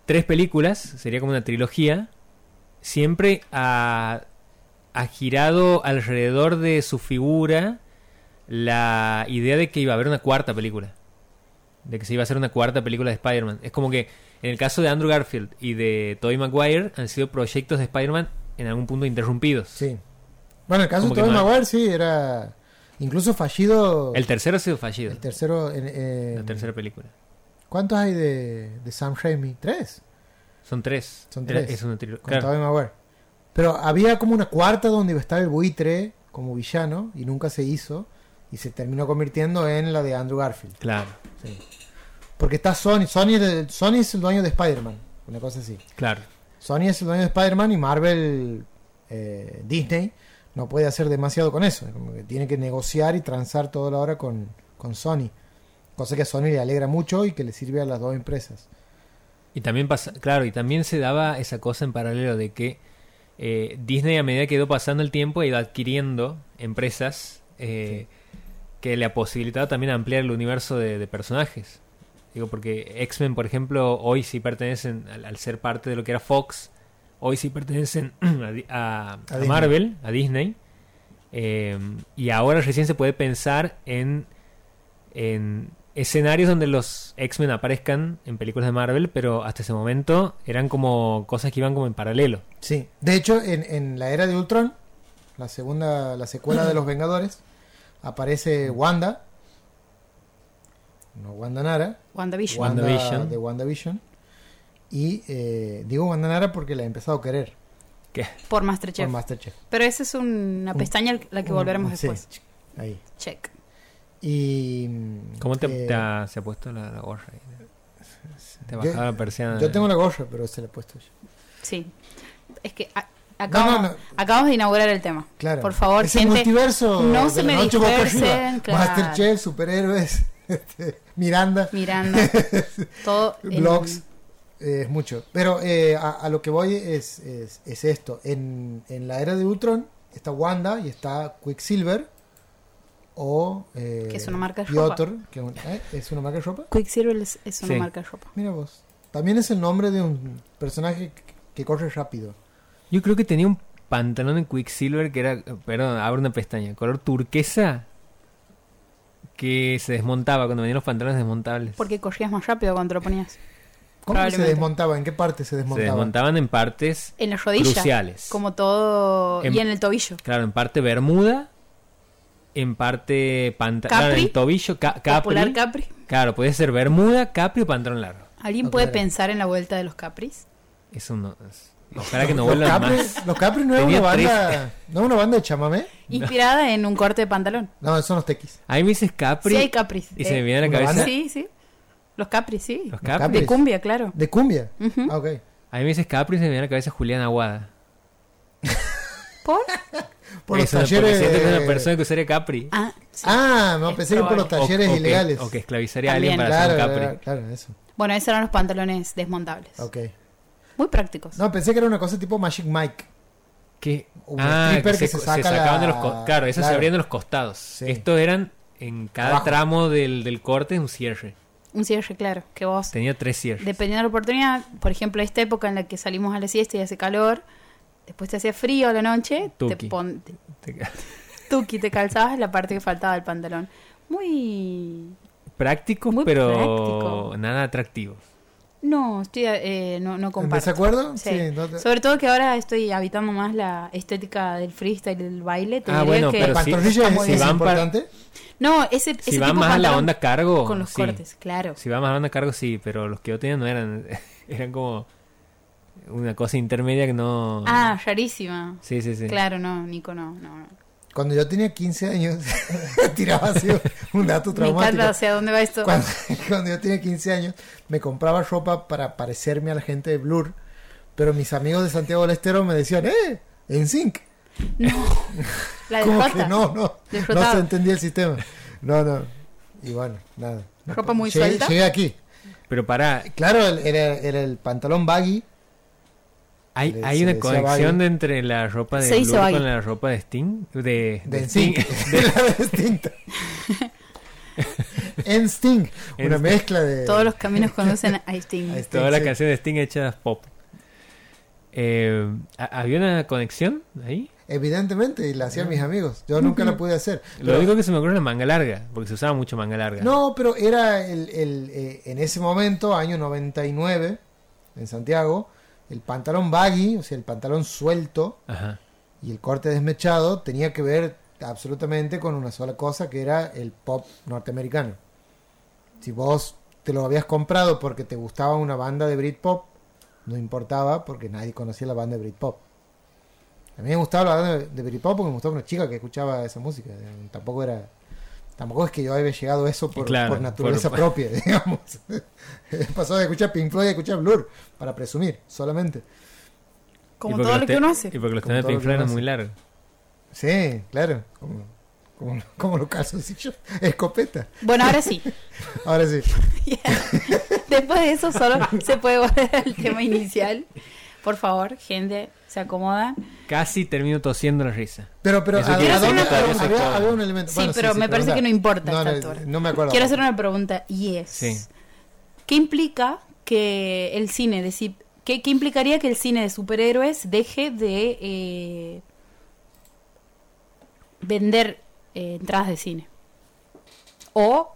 Speaker 1: tres películas, sería como una trilogía, siempre ha, ha girado alrededor de su figura la idea de que iba a haber una cuarta película. De que se iba a hacer una cuarta película de Spider-Man. Es como que en el caso de Andrew Garfield y de Tobey Maguire han sido proyectos de Spider-Man en algún punto interrumpidos.
Speaker 3: Sí. Bueno, el caso
Speaker 1: Como
Speaker 3: de
Speaker 1: que
Speaker 3: Tobey
Speaker 1: no hay.
Speaker 3: Maguire sí era incluso fallido.
Speaker 1: El tercero ha sido fallido.
Speaker 3: el tercero. eh, en- en-
Speaker 1: La tercera película.
Speaker 3: ¿Cuántos hay de, de Sam Raimi? Tres.
Speaker 1: Son tres.
Speaker 3: Son
Speaker 1: Era-
Speaker 3: tres.
Speaker 1: Es una trilogía.
Speaker 3: Con Tobey Maguire. Pero había como una cuarta donde iba a estar el buitre como villano y nunca se hizo. Y se terminó convirtiendo en la de Andrew Garfield.
Speaker 1: Claro,
Speaker 3: Sí. Porque está Sony. Sony, es el- Sony es el dueño de Spider-Man. Una cosa así.
Speaker 1: claro.
Speaker 3: Sony es el dueño de Spider-Man y Marvel, eh, Disney, no puede hacer demasiado con eso. Como que tiene que negociar y transar toda la hora con, con Sony. Cosa que a Sony le alegra mucho y que le sirve a las dos empresas.
Speaker 1: Y también pasa, claro, y también se daba esa cosa en paralelo de que eh, Disney a medida que iba pasando el tiempo ha ido adquiriendo empresas eh, que le ha posibilitado también ampliar el universo de, de personajes. Digo, porque X-Men, por ejemplo, hoy sí pertenecen, al, al ser parte de lo que era Fox, hoy sí pertenecen [CLEARS THROAT] a, Di- a- a
Speaker 3: Disney.
Speaker 1: Marvel, a Disney. Eh, y ahora recién se puede pensar en, en escenarios donde los X-Men aparezcan en películas de Marvel, pero hasta ese momento eran como cosas que iban como en paralelo.
Speaker 3: Sí. De hecho, en, en la era de Ultron, la segunda, la secuela de los Vengadores, aparece Wanda. No Wanda Nara.
Speaker 2: WandaVision.
Speaker 3: Wanda
Speaker 1: WandaVision.
Speaker 3: de WandaVision. Y eh, digo Wanda Nara porque la he empezado a querer
Speaker 1: Que
Speaker 2: Por Masterchef.
Speaker 3: por Masterchef.
Speaker 2: Pero esa es una
Speaker 3: Un-
Speaker 2: pestaña a la que volveremos
Speaker 3: Sí,
Speaker 2: después.
Speaker 3: Ahí.
Speaker 2: Check.
Speaker 3: Y. mm,
Speaker 1: ¿Cómo te,
Speaker 3: eh,
Speaker 1: te ha- se ha puesto la, la gorra? ahí? Te
Speaker 3: Yo-
Speaker 1: bajaba la persiana.
Speaker 3: Yo tengo la gorra, pero se la he puesto yo.
Speaker 2: Sí. Es que a- acabamos,
Speaker 3: no, no.
Speaker 2: acabamos de inaugurar el tema.
Speaker 3: Claro.
Speaker 2: Por favor,
Speaker 3: es
Speaker 2: gente,
Speaker 3: el multiverso.
Speaker 2: no
Speaker 3: de
Speaker 2: se
Speaker 3: la
Speaker 2: me
Speaker 3: noche boca arriba.
Speaker 2: dispersen, claro.
Speaker 3: Masterchef, superhéroes, [LAUGHS] este, Miranda, [LAUGHS]
Speaker 2: Miranda. todo. en-
Speaker 3: blogs. eh, es mucho. Pero eh, a, a lo que voy es, es, es esto. En, en la era de Ultron está Wanda y está Quicksilver. O. eh,
Speaker 2: Que es una marca de
Speaker 3: Piotr, que es un- eh, es una marca de ropa.
Speaker 2: Quicksilver es, es una
Speaker 1: Sí.
Speaker 2: marca de ropa.
Speaker 3: Mira vos. También es el nombre de un personaje que- que corre rápido.
Speaker 1: Yo creo que tenía un pantalón en Quicksilver que era, perdón, abre una pestaña, color turquesa que se desmontaba cuando venían los pantalones desmontables.
Speaker 2: Porque corrías más rápido cuando lo ponías.
Speaker 3: ¿Cómo que se
Speaker 2: Probablemente.
Speaker 3: desmontaba? ¿En qué parte se
Speaker 1: se
Speaker 3: desmontaba?
Speaker 1: desmontaban en partes
Speaker 2: En las rodillas.
Speaker 1: cruciales. Em-
Speaker 2: Como todo.
Speaker 1: En-
Speaker 2: Y en el tobillo.
Speaker 1: Claro, en parte bermuda, en parte pantalón,
Speaker 2: Capri.
Speaker 1: en tobillo, ca- capri.
Speaker 2: Popular Capri.
Speaker 1: Claro, podía ser bermuda, capri o pantalón largo.
Speaker 2: ¿Alguien
Speaker 3: Ok.
Speaker 2: puede pensar en la vuelta de los Capris?
Speaker 1: Eso no. es- Ojalá que no
Speaker 3: los,
Speaker 1: vuelvan
Speaker 3: Capri,
Speaker 1: más.
Speaker 3: los Capri no es
Speaker 1: Tenía
Speaker 3: una banda, no es una banda de chamamé.
Speaker 2: Inspirada en un corte de pantalón.
Speaker 3: No, son los tequis.
Speaker 1: Ahí me dices capri.
Speaker 2: Sí, hay Capris.
Speaker 1: Y
Speaker 2: Eh,
Speaker 1: se me viene a la
Speaker 3: una
Speaker 1: cabeza.
Speaker 3: banda.
Speaker 2: Sí, sí. Los Capris, sí.
Speaker 1: Los
Speaker 3: Capri.
Speaker 1: capris.
Speaker 2: De cumbia, claro.
Speaker 3: De cumbia.
Speaker 2: Ujú.
Speaker 3: Ah, ok.
Speaker 1: Ahí me dices capri y se me viene a la cabeza Julián Aguada.
Speaker 2: ¿Por?
Speaker 3: Por los
Speaker 1: Eso, porque
Speaker 3: talleres.
Speaker 1: siento que es una persona que usaría capri.
Speaker 2: Ah, sí.
Speaker 3: Ah, no,
Speaker 2: Es
Speaker 3: pensé que por los
Speaker 2: probable.
Speaker 3: talleres
Speaker 1: o, que-
Speaker 3: ilegales.
Speaker 1: o que esclavizaría a alguien
Speaker 2: También.
Speaker 1: para
Speaker 3: Claro,
Speaker 1: hacer un
Speaker 3: claro,
Speaker 1: capri.
Speaker 3: claro, eso.
Speaker 2: Bueno, esos eran los pantalones desmontables.
Speaker 3: Ok.
Speaker 2: Muy prácticos.
Speaker 3: No, pensé que era una cosa tipo Magic Mike.
Speaker 1: ¿Qué?
Speaker 3: Un
Speaker 1: Ah,
Speaker 3: stripper
Speaker 1: que
Speaker 3: que
Speaker 1: se,
Speaker 3: se
Speaker 1: se
Speaker 3: saca
Speaker 1: sacaban de
Speaker 3: la-
Speaker 1: los co- Claro, esas se
Speaker 3: claro.
Speaker 1: abrían de los costados.
Speaker 3: Sí.
Speaker 1: Estos eran en cada
Speaker 3: Abajo.
Speaker 1: tramo del, del corte un cierre.
Speaker 2: Un cierre, claro. Que vos,
Speaker 1: Tenía tres cierres.
Speaker 2: dependiendo de la oportunidad, por ejemplo, esta época en la que salimos a la siesta y hace calor, después te hacía frío a la noche,
Speaker 1: Tuki.
Speaker 2: te pon te-
Speaker 1: Te- [LAUGHS]
Speaker 2: tuki, te calzabas la parte que faltaba del pantalón. Muy...
Speaker 1: Prácticos,
Speaker 2: Muy
Speaker 1: pero
Speaker 2: práctico.
Speaker 1: nada atractivo.
Speaker 2: No, estoy, eh, no, no
Speaker 3: ¿En
Speaker 2: comparto.
Speaker 3: desacuerdo?
Speaker 2: Sí.
Speaker 3: no te-
Speaker 2: Sobre todo que ahora estoy habitando más la estética del freestyle, del baile. te
Speaker 1: Ah,
Speaker 2: diría
Speaker 1: bueno,
Speaker 2: que-
Speaker 3: El
Speaker 1: pero sí.
Speaker 3: pantorrillo
Speaker 2: Está
Speaker 3: es,
Speaker 2: muy
Speaker 3: es
Speaker 2: bien.
Speaker 1: Si van para-
Speaker 3: importante.
Speaker 2: No, ese, ese
Speaker 1: Si
Speaker 2: tipo
Speaker 1: va
Speaker 2: de
Speaker 1: más a la
Speaker 2: pantalón
Speaker 1: onda cargo.
Speaker 2: con los
Speaker 1: sí.
Speaker 2: cortes, claro.
Speaker 1: Si va más a la onda cargo, sí, pero los que yo tenía no eran. [LAUGHS] Eran como. Una cosa intermedia que no.
Speaker 2: Ah, rarísima.
Speaker 1: Sí, sí, sí.
Speaker 2: Claro, no, Nico, no, no. no.
Speaker 3: Cuando yo tenía 15 años, [LAUGHS] tiraba así un dato
Speaker 2: Me
Speaker 3: traumático.
Speaker 2: encanta, o sea, ¿dónde va esto?
Speaker 3: cuando, [LAUGHS] cuando yo tenía 15 años, me compraba ropa para parecerme a la gente de Blur. Pero mis amigos de Santiago del Estero me decían, ¡eh! ¡En Zinc!
Speaker 2: La de
Speaker 3: Como
Speaker 2: Jota.
Speaker 3: que no, no.
Speaker 2: De
Speaker 3: No
Speaker 2: Jota.
Speaker 3: se entendía el sistema. No, no. Y bueno, nada. No,
Speaker 2: Ropa muy
Speaker 3: llegué,
Speaker 2: suelta.
Speaker 3: Llegué aquí.
Speaker 1: Pero pará,
Speaker 3: Claro, el- era, era el pantalón baggy.
Speaker 1: hay,
Speaker 3: Le-
Speaker 1: hay
Speaker 3: se
Speaker 1: una
Speaker 3: decía
Speaker 1: conexión
Speaker 3: baggy.
Speaker 1: de entre la ropa de
Speaker 2: Se hizo
Speaker 1: Blur
Speaker 2: baggy.
Speaker 1: con la ropa de Sting. De,
Speaker 3: [LAUGHS] De
Speaker 1: Sting.
Speaker 2: [LAUGHS]
Speaker 3: Zinc. De la distinta. en Sting. Una
Speaker 1: Sting.
Speaker 3: mezcla de.
Speaker 2: Todos los caminos conducen a Sting.
Speaker 3: Ahí
Speaker 1: [LAUGHS]
Speaker 3: está.
Speaker 1: Toda la
Speaker 3: sí.
Speaker 1: canción de Sting hecha pop. Eh, ¿ha- ¿Había una conexión ahí?
Speaker 3: Evidentemente, y la
Speaker 2: Mm.
Speaker 3: hacían mis amigos. Yo nunca la pude hacer.
Speaker 1: Lo único que se me ocurre es la manga larga, porque se usaba mucho manga larga.
Speaker 3: No, pero era el, el, eh, en ese momento, año 99, en Santiago, el pantalón baggy, o sea, el pantalón suelto
Speaker 1: Ajá.
Speaker 3: y el corte desmechado tenía que ver absolutamente con una sola cosa, que era el pop norteamericano. Si vos te lo habías comprado porque te gustaba una banda de Britpop, no importaba porque nadie conocía la banda de Britpop. A mí me gustaba la banda de Britpop porque me gustaba una chica que escuchaba esa música. Tampoco era... Tampoco es que yo haya llegado a eso por,
Speaker 1: Claro,
Speaker 3: por naturaleza
Speaker 1: por-
Speaker 3: propia, [LAUGHS] digamos. He pasado de escuchar Pink Floyd a escuchar Blur, para presumir, solamente.
Speaker 2: Como
Speaker 1: Y porque
Speaker 2: todo
Speaker 1: los
Speaker 2: lo
Speaker 1: te-
Speaker 2: que uno hace.
Speaker 1: Y porque los
Speaker 3: Como
Speaker 1: temas de
Speaker 3: todo lo
Speaker 1: Pink
Speaker 3: que
Speaker 1: Floyd
Speaker 3: uno
Speaker 1: eran
Speaker 3: hace.
Speaker 1: muy largos.
Speaker 3: Sí, claro. Como, como, como los calzoncillos. [LAUGHS] Escopeta.
Speaker 2: Bueno, ahora sí.
Speaker 3: Ahora sí.
Speaker 2: Después de eso solo se puede volver al tema inicial. Por favor, gente, se acomoda.
Speaker 1: Casi termino tosiendo la risa.
Speaker 3: Pero, pero,
Speaker 1: Eso
Speaker 3: ¿a,
Speaker 1: quiere
Speaker 3: a
Speaker 2: decir
Speaker 3: dónde?
Speaker 2: una
Speaker 3: Había,
Speaker 2: cosa.
Speaker 3: había- había un elemento.
Speaker 2: Sí,
Speaker 3: bueno,
Speaker 2: pero me parece
Speaker 3: pregunta.
Speaker 2: que no importa
Speaker 3: No,
Speaker 2: esta
Speaker 3: no,
Speaker 2: altura.
Speaker 3: no me acuerdo.
Speaker 2: Quiero hacer una pregunta y es
Speaker 1: Sí.
Speaker 2: ¿qué implica que el cine de si- qué, qué implicaría que el cine de superhéroes deje de eh, vender eh, entradas de cine o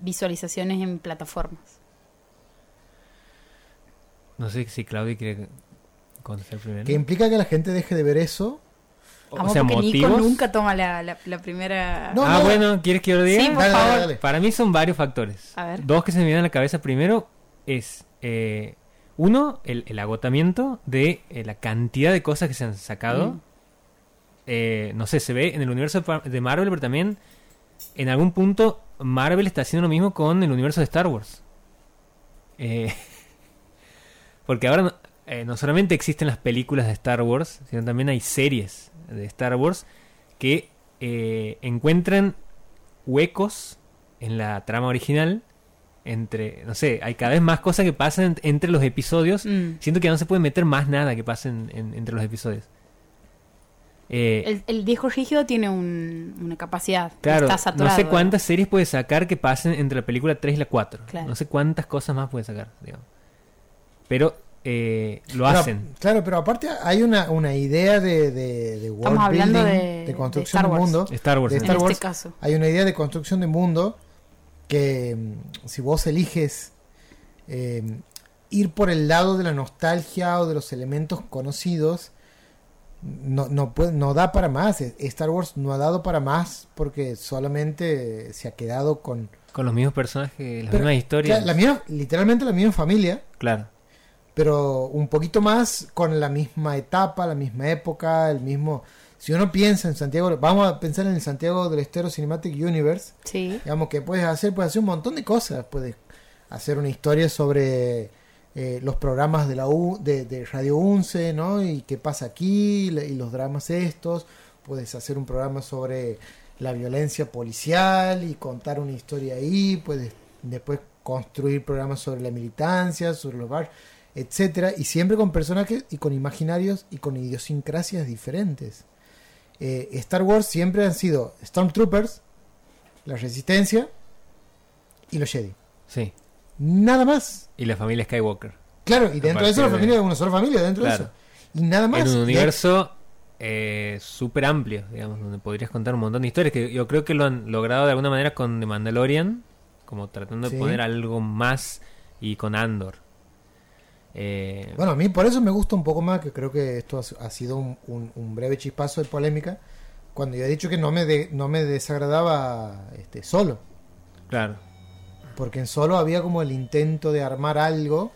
Speaker 2: visualizaciones en plataformas?
Speaker 1: No sé si Claudia quiere contestar primero.
Speaker 3: Que implica que la gente deje de ver eso.
Speaker 1: O-
Speaker 2: Amo
Speaker 1: o sea,
Speaker 2: porque Nico
Speaker 1: motivos.
Speaker 2: nunca toma la, la- la primera.
Speaker 3: No,
Speaker 1: ah,
Speaker 3: no.
Speaker 1: bueno, ¿quieres que yo lo diga?
Speaker 2: Sí, por
Speaker 3: Dale, dale,
Speaker 2: favor.
Speaker 3: dale.
Speaker 1: Para mí son varios factores.
Speaker 2: A ver.
Speaker 1: Dos que se me vienen a la cabeza. Primero es, eh, uno, el, el agotamiento de eh, la cantidad de cosas que se han sacado.
Speaker 2: Mm.
Speaker 1: Eh, no sé, se ve en el universo de Par- de Marvel, pero también en algún punto Marvel está haciendo lo mismo con el universo de Star Wars. Eh, porque ahora no, eh, no solamente existen las películas de Star Wars, sino también hay series de Star Wars que eh, encuentran huecos en la trama original. Entre, no sé, hay cada vez más cosas que pasan entre los episodios.
Speaker 2: Mm.
Speaker 1: Siento que no se puede meter más nada que pase en- en- entre los episodios. Eh,
Speaker 2: El, el disco rígido tiene un- una capacidad.
Speaker 1: Claro,
Speaker 2: está
Speaker 1: no
Speaker 2: saturado.
Speaker 1: sé cuántas series puede sacar que pasen entre la película 3 y la 4.
Speaker 2: Claro.
Speaker 1: No sé cuántas cosas más puede sacar, digamos. Pero eh, lo
Speaker 3: Pero-
Speaker 1: hacen.
Speaker 3: claro, pero aparte hay una, una idea de, de, de world
Speaker 2: hablando
Speaker 3: building,
Speaker 2: de-
Speaker 3: de
Speaker 2: de
Speaker 3: construcción
Speaker 2: Star
Speaker 3: del
Speaker 2: Wars.
Speaker 3: mundo.
Speaker 1: Star Wars.
Speaker 3: de
Speaker 1: ¿no?
Speaker 2: En
Speaker 3: Star Wars.
Speaker 2: este caso.
Speaker 3: Hay una idea de construcción de mundo que mm, si vos eliges eh, ir por el lado de la nostalgia o de los elementos conocidos, no, no, puede- no da para más. Eh, Star Wars no ha dado para más porque solamente se ha quedado con
Speaker 1: Con los mismos personajes, las
Speaker 3: Pero,
Speaker 1: mismas historias.
Speaker 3: la misma- literalmente la misma familia,
Speaker 1: Claro.
Speaker 3: pero un poquito más con la misma etapa, la misma época, el mismo... Si uno piensa en Santiago, vamos a pensar en el Santiago del Estero Cinematic Universe,
Speaker 2: Sí.
Speaker 3: digamos que puedes hacer puedes hacer un montón de cosas puedes hacer una historia sobre eh, los programas de la U, de, de Radio 11 no y qué pasa aquí la- y los dramas estos puedes hacer un programa sobre la violencia policial y contar una historia ahí puedes después construir programas sobre la militancia sobre los bar etcétera y siempre con personajes y con imaginarios y con idiosincrasias diferentes Eh, Star Wars siempre han sido Stormtroopers la Resistencia y los Jedi.
Speaker 1: Sí.
Speaker 3: Nada más.
Speaker 1: Y la familia Skywalker.
Speaker 3: Claro, y
Speaker 1: A
Speaker 3: dentro de
Speaker 1: partir
Speaker 3: eso la
Speaker 1: de-
Speaker 3: familia es una sola familia, dentro
Speaker 1: Claro.
Speaker 3: de eso. Y nada más.
Speaker 1: En un
Speaker 3: Y-
Speaker 1: universo eh, súper amplio, digamos, donde podrías contar un montón de historias. Que yo creo que lo han logrado de alguna manera con The Mandalorian, como tratando de
Speaker 3: Sí.
Speaker 1: poner algo más y con Andor. Eh,
Speaker 3: Bueno, a mí por eso me gusta un poco más, que creo que esto ha, ha sido un, un- un breve chispazo de polémica, cuando yo he dicho que no me, de- no me desagradaba este, solo.
Speaker 1: claro.
Speaker 3: Porque en solo había como el intento de armar algo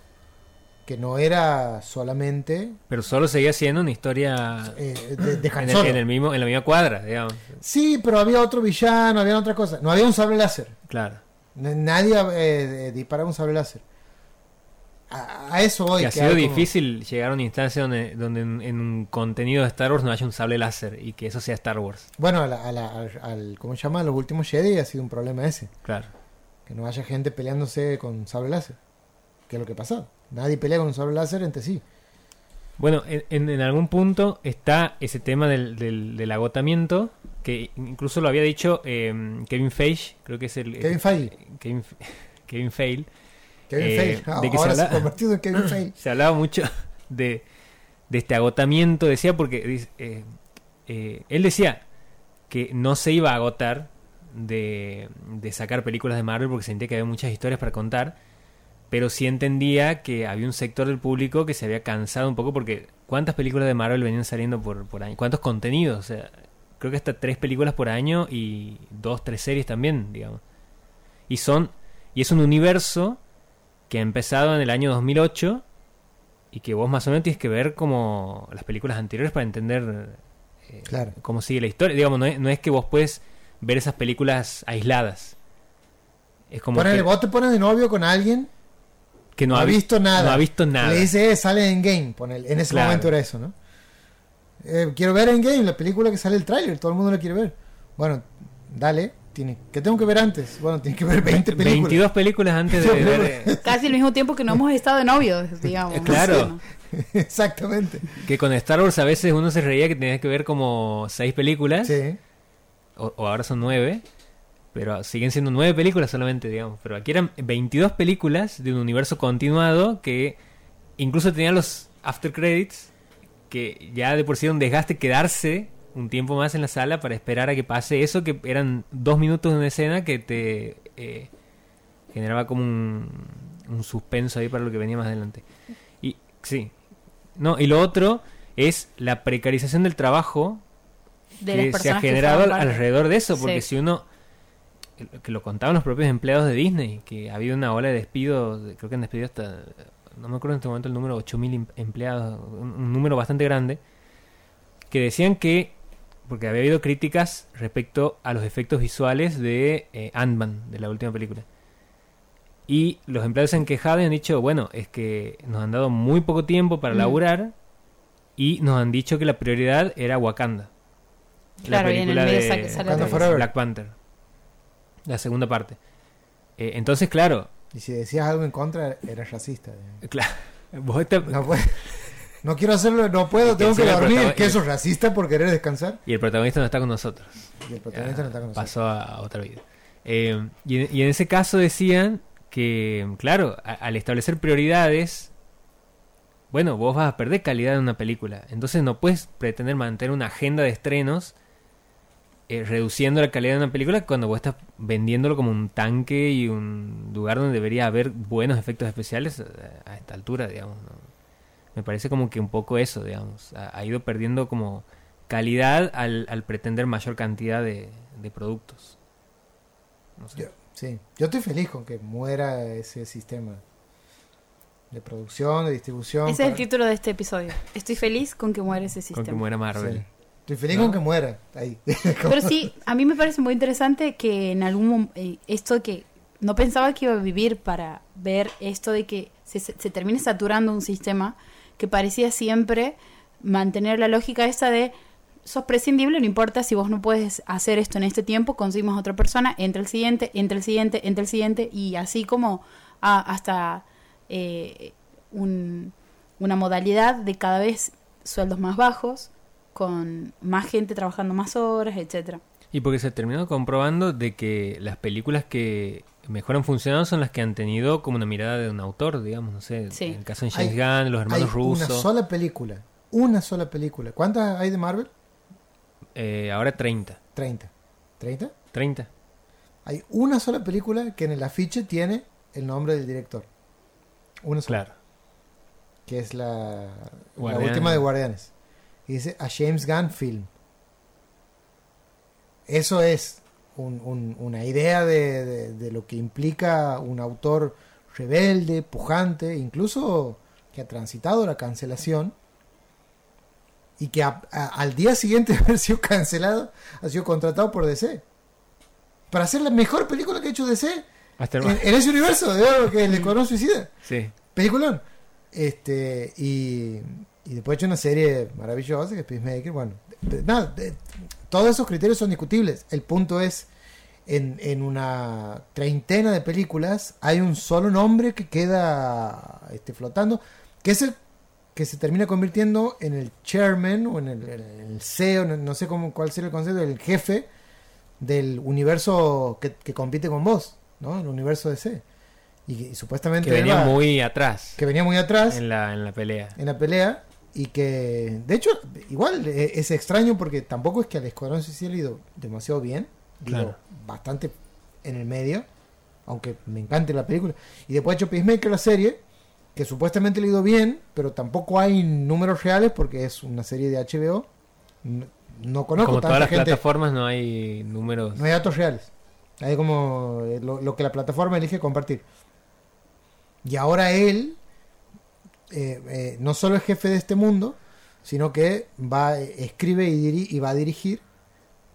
Speaker 3: que no era solamente
Speaker 1: Pero solo seguía siendo una historia
Speaker 3: eh, de, de Han
Speaker 1: en, el-
Speaker 3: Solo.
Speaker 1: en el mismo, en la misma cuadra, digamos.
Speaker 3: Sí, pero había otro villano, había otra cosa. No había un sable láser.
Speaker 1: Claro.
Speaker 3: N- Nadie eh, eh, disparaba un sable láser. A, a eso voy.
Speaker 1: que ha
Speaker 3: que
Speaker 1: sido
Speaker 3: hay como-
Speaker 1: difícil llegar a una instancia donde, donde en, en un contenido de Star Wars no haya un sable láser y que eso sea Star Wars.
Speaker 3: Bueno, a la- a la- al, al- ¿cómo se llama? A los últimos Jedi ha sido un problema ese.
Speaker 1: Claro.
Speaker 3: Que no haya gente peleándose con sable láser. Que es lo que pasa. Nadie pelea con un sable láser entre sí.
Speaker 1: Bueno, en, en- en algún punto está ese tema del, del- del agotamiento, que incluso lo había dicho eh, Kevin Feige, creo que es el...
Speaker 3: Kevin Feige.
Speaker 1: Kevin, [LAUGHS] Kevin Feige.
Speaker 3: Kevin
Speaker 1: Eh,
Speaker 3: Feige. Ah,
Speaker 1: de que se
Speaker 3: ahora se,
Speaker 1: habla-
Speaker 3: ha convertido en Kevin Feige.
Speaker 1: Se hablaba mucho de, de este agotamiento, decía, porque dice, eh, eh, él decía que no se iba a agotar de, de sacar películas de Marvel porque sentía que había muchas historias para contar, pero sí entendía que había un sector del público que se había cansado un poco porque cuántas películas de Marvel venían saliendo por, por año, cuántos contenidos, o sea, creo que hasta tres películas por año y dos, tres series también, digamos. Y son y es un universo que ha empezado en el año 2008 y que vos más o menos tienes que ver como las películas anteriores para entender eh,
Speaker 3: Claro.
Speaker 1: cómo sigue la historia. Digamos, no es, no es que vos puedes ver esas películas aisladas. Es [CLEARS THROAT] como
Speaker 3: Ponele,
Speaker 1: que,
Speaker 3: vos te pones de novio con alguien,
Speaker 1: que
Speaker 3: no, ha
Speaker 1: vi-
Speaker 3: visto nada.
Speaker 1: No ha visto nada.
Speaker 3: Le dice, eh, sale en game, ponele. En ese
Speaker 1: Claro.
Speaker 3: momento era eso, ¿no? Eh, quiero ver en game la película que sale el tráiler, todo el mundo la quiere ver. Bueno, dale, tiene, ¿qué tengo que ver antes? Bueno, tienes que ver 20
Speaker 1: [LAUGHS]
Speaker 3: películas.
Speaker 1: 22 películas antes de ver... eh,
Speaker 2: Casi al mismo tiempo que no hemos estado de
Speaker 1: [LAUGHS]
Speaker 2: novios, digamos.
Speaker 1: Eh, claro.
Speaker 2: ¿no?
Speaker 3: [LAUGHS] Exactamente.
Speaker 1: que con Star Wars a veces uno se reía que tenías que ver como seis películas.
Speaker 3: Sí.
Speaker 1: o, o ahora son nueve, pero siguen siendo nueve películas solamente, digamos. Pero aquí eran 22 películas de un universo continuado que incluso tenían los after credits, que ya de por sí era un desgaste quedarse un tiempo más en la sala para esperar a que pase eso, que eran dos minutos de una escena que te eh, generaba como un, un suspenso ahí para lo que venía más adelante. Y sí, no, y lo otro es la precarización del trabajo
Speaker 2: De
Speaker 1: que
Speaker 2: las
Speaker 1: se ha
Speaker 2: personas que
Speaker 1: generado
Speaker 2: forman parte.
Speaker 1: alrededor de eso, porque
Speaker 2: Sí.
Speaker 1: si uno, que lo contaban los propios empleados de Disney, que ha habido una ola de despidos, de- creo que han despedido hasta, no me acuerdo en este momento el número, 8.000 em- empleados, un, un número bastante grande, que decían que, porque había habido críticas respecto a los efectos visuales de eh, Ant-Man, de la última película. Y los empleados se han quejado y han dicho, bueno, es que nos han dado muy poco tiempo para
Speaker 2: Mm.
Speaker 1: laburar y nos han dicho que la prioridad era Wakanda.
Speaker 2: Claro, y en el medio sa- sale
Speaker 3: Wakanda otra cosa. Forever.
Speaker 1: Black Panther. La segunda parte. Eh, entonces, claro, [LAUGHS]
Speaker 3: Y si decías algo en contra, eras racista.
Speaker 1: cla- vos esta-
Speaker 3: No, puede- [LAUGHS] no quiero hacerlo, no
Speaker 1: Y
Speaker 3: puedo,
Speaker 1: que
Speaker 3: tengo que
Speaker 1: encima el
Speaker 3: dormir.
Speaker 1: protagoni-
Speaker 3: Que eso es racista por querer descansar.
Speaker 1: y el protagonista no está con nosotros.
Speaker 3: Y el protagonista no está con nosotros.
Speaker 1: pasó a, a otra vida. Eh, y, en- y en ese caso decían que, claro, a- al establecer prioridades, bueno, vos vas a perder calidad en una película. Entonces no puedes pretender mantener una agenda de estrenos eh, reduciendo la calidad de una película cuando vos estás vendiéndolo como un tanque y un lugar donde debería haber buenos efectos especiales eh, a, esta altura, digamos. ¿no? Me parece como que un poco eso, digamos. Ha- ha ido perdiendo como calidad al, al pretender mayor cantidad de, de productos. No sé.
Speaker 3: Yo, sí, yo estoy feliz con que muera ese sistema de producción, de distribución.
Speaker 2: Ese es el
Speaker 3: para-
Speaker 2: título de este episodio. Estoy feliz con que muera ese
Speaker 1: Con que
Speaker 2: sistema.
Speaker 1: muera Marvel.
Speaker 3: Sí. Estoy feliz
Speaker 1: ¿No?
Speaker 3: con que muera. Ahí.
Speaker 2: Pero sí, a mí me parece muy interesante que en algún momento, esto que no pensaba que iba a vivir para ver esto de que se, se termine saturando un sistema que parecía siempre mantener la lógica esta de sos prescindible, no importa si vos no puedes hacer esto en este tiempo, conseguimos a otra persona, entra el siguiente, entra el siguiente, entra el siguiente, y así como a- hasta eh, un- una modalidad de cada vez sueldos más bajos, con más gente trabajando más horas, etcétera.
Speaker 1: Y porque se terminó comprobando de que las películas que mejor han funcionado son las que han tenido como una mirada de un autor, digamos, no sé,
Speaker 2: Sí.
Speaker 1: en el caso de James Gunn, los hermanos
Speaker 3: [LAUGHS] hay
Speaker 1: rusos,
Speaker 3: Una sola película. Una sola película. ¿Cuántas hay de Marvel?
Speaker 1: eh, ahora 30,
Speaker 3: 30. ¿30?
Speaker 1: 30.
Speaker 3: Hay una sola película que en el afiche tiene el nombre del director. Una sola.
Speaker 1: Claro.
Speaker 3: Que es la, la
Speaker 1: Guardianes.
Speaker 3: última de Guardianes. Y dice a James Gunn Film. Eso es un- un- una idea de, de- de lo que implica un autor rebelde, pujante, incluso que ha transitado la cancelación y que a- a- al día siguiente [LAUGHS] de haber sido cancelado ha sido contratado por DC para hacer la mejor película que ha hecho DC
Speaker 1: Hasta el
Speaker 3: en, en ese universo de algo que le conoce suicida
Speaker 1: Sí.
Speaker 3: peliculón este y, y después ha hecho una serie maravillosa que es Peacemaker bueno de- de- nada de- todos esos criterios son discutibles el punto es en, en una treintena de películas hay un solo nombre que queda este, flotando que es el que se termina convirtiendo en el chairman o en el, en el CEO, no, no sé cómo, cuál será el concepto, el jefe del universo que, que compite con vos, ¿no? El universo DC. Y, que- y supuestamente
Speaker 1: Que venía
Speaker 3: él va-
Speaker 1: muy atrás
Speaker 3: que Eh, venía muy atrás
Speaker 1: en la, en la pelea.
Speaker 3: en la pelea y que de hecho igual e- es extraño porque tampoco es que al Escuadrón Suicida le ha ido demasiado bien, digo,
Speaker 1: Claro.
Speaker 3: bastante en el medio, aunque me encante la película. Y después ha hecho Peacemaker la serie, que supuestamente le ha ido bien, pero tampoco hay números reales porque es una serie de HBO. No, no conozco
Speaker 1: Como todas
Speaker 3: tanta
Speaker 1: las
Speaker 3: gente,
Speaker 1: plataformas no hay números.
Speaker 3: no hay datos reales. Hay como eh, lo, lo que la plataforma elige compartir. Y ahora él eh, eh, no solo es jefe de este mundo, sino que va eh, escribe y, diri- y va a dirigir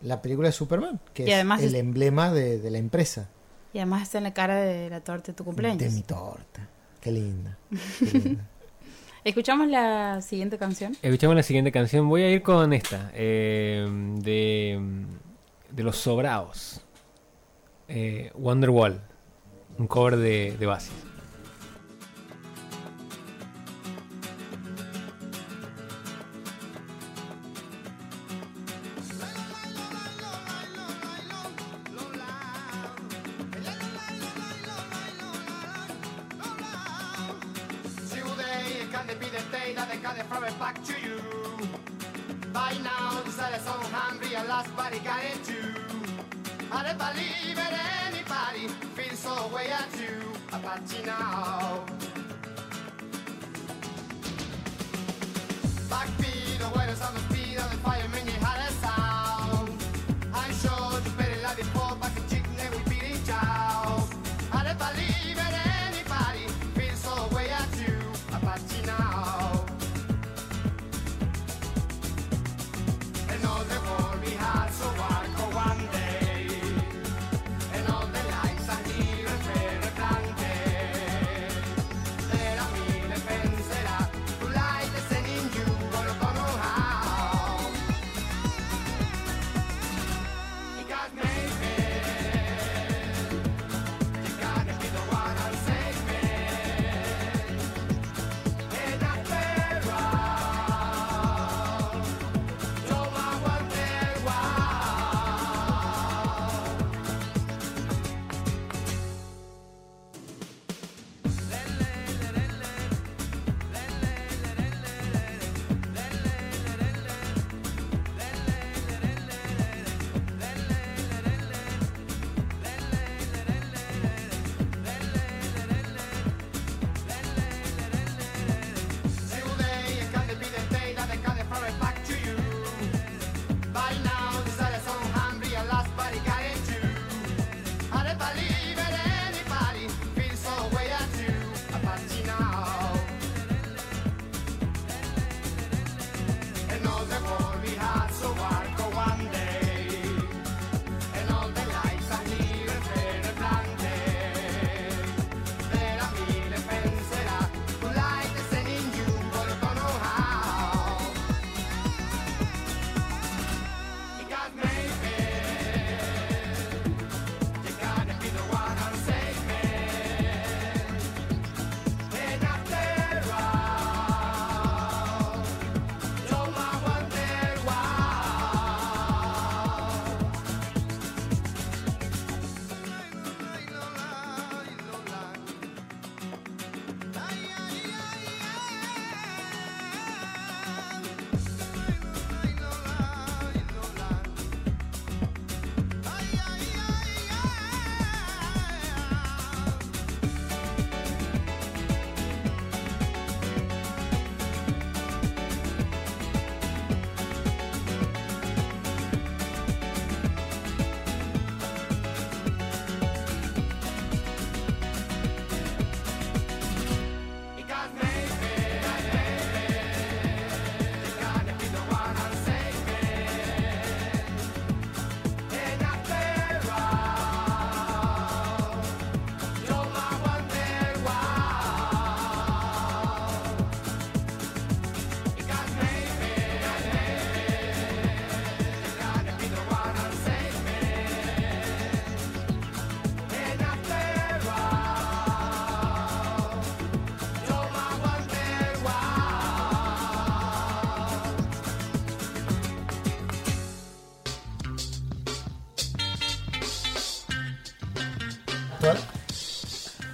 Speaker 3: la película de Superman, que
Speaker 2: Y
Speaker 3: es
Speaker 2: además
Speaker 3: el
Speaker 2: es-
Speaker 3: emblema de, de la empresa.
Speaker 2: Y además está en la cara de la torta de tu
Speaker 3: De
Speaker 2: cumpleaños.
Speaker 3: mi torta. Qué linda. qué
Speaker 2: [LAUGHS]
Speaker 3: linda.
Speaker 2: Escuchamos la siguiente canción.
Speaker 1: Escuchamos la siguiente canción. Voy a ir con esta. eh, de, de Los Sobraos. Eh, Wonderwall. Un cover de, de Basis.
Speaker 4: Today it can be the day that I got it from it back to you. By now the sun is so hungry and last body got it too. I don't believe that anybody feels so way I do about you now. Backbeat, the weather's on the beat, on the fireman, you had a sound. I'm sure you better love before, but the chicken that we beat it out. I don't believe that anybody feels so way I do about you now. And all the war we had so I go one day. And all the lights are here and very grande.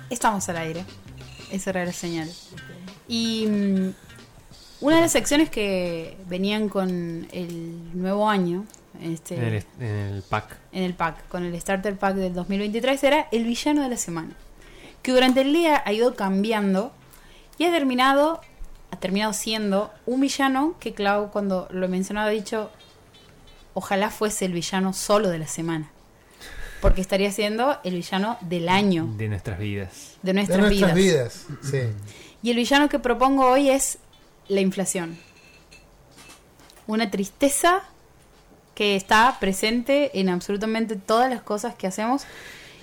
Speaker 2: Estamos al aire. Esa era la señal. Y mm, una de las secciones que venían con el nuevo año, este,
Speaker 1: En, el, en el pack.
Speaker 2: en el pack, con el Starter Pack del 2023, era el villano de la semana. Que durante el día ha ido cambiando y ha terminado, ha terminado siendo un villano que Clau cuando lo mencionó ha dicho, ojalá fuese el villano solo de la semana. Porque estaría siendo el villano del año,
Speaker 1: De nuestras vidas.
Speaker 2: de
Speaker 3: De
Speaker 2: nuestras,
Speaker 3: nuestras
Speaker 2: vidas.
Speaker 3: vidas. Sí.
Speaker 2: Y el villano que propongo hoy es la inflación. Una tristeza que está presente en absolutamente todas las cosas que hacemos.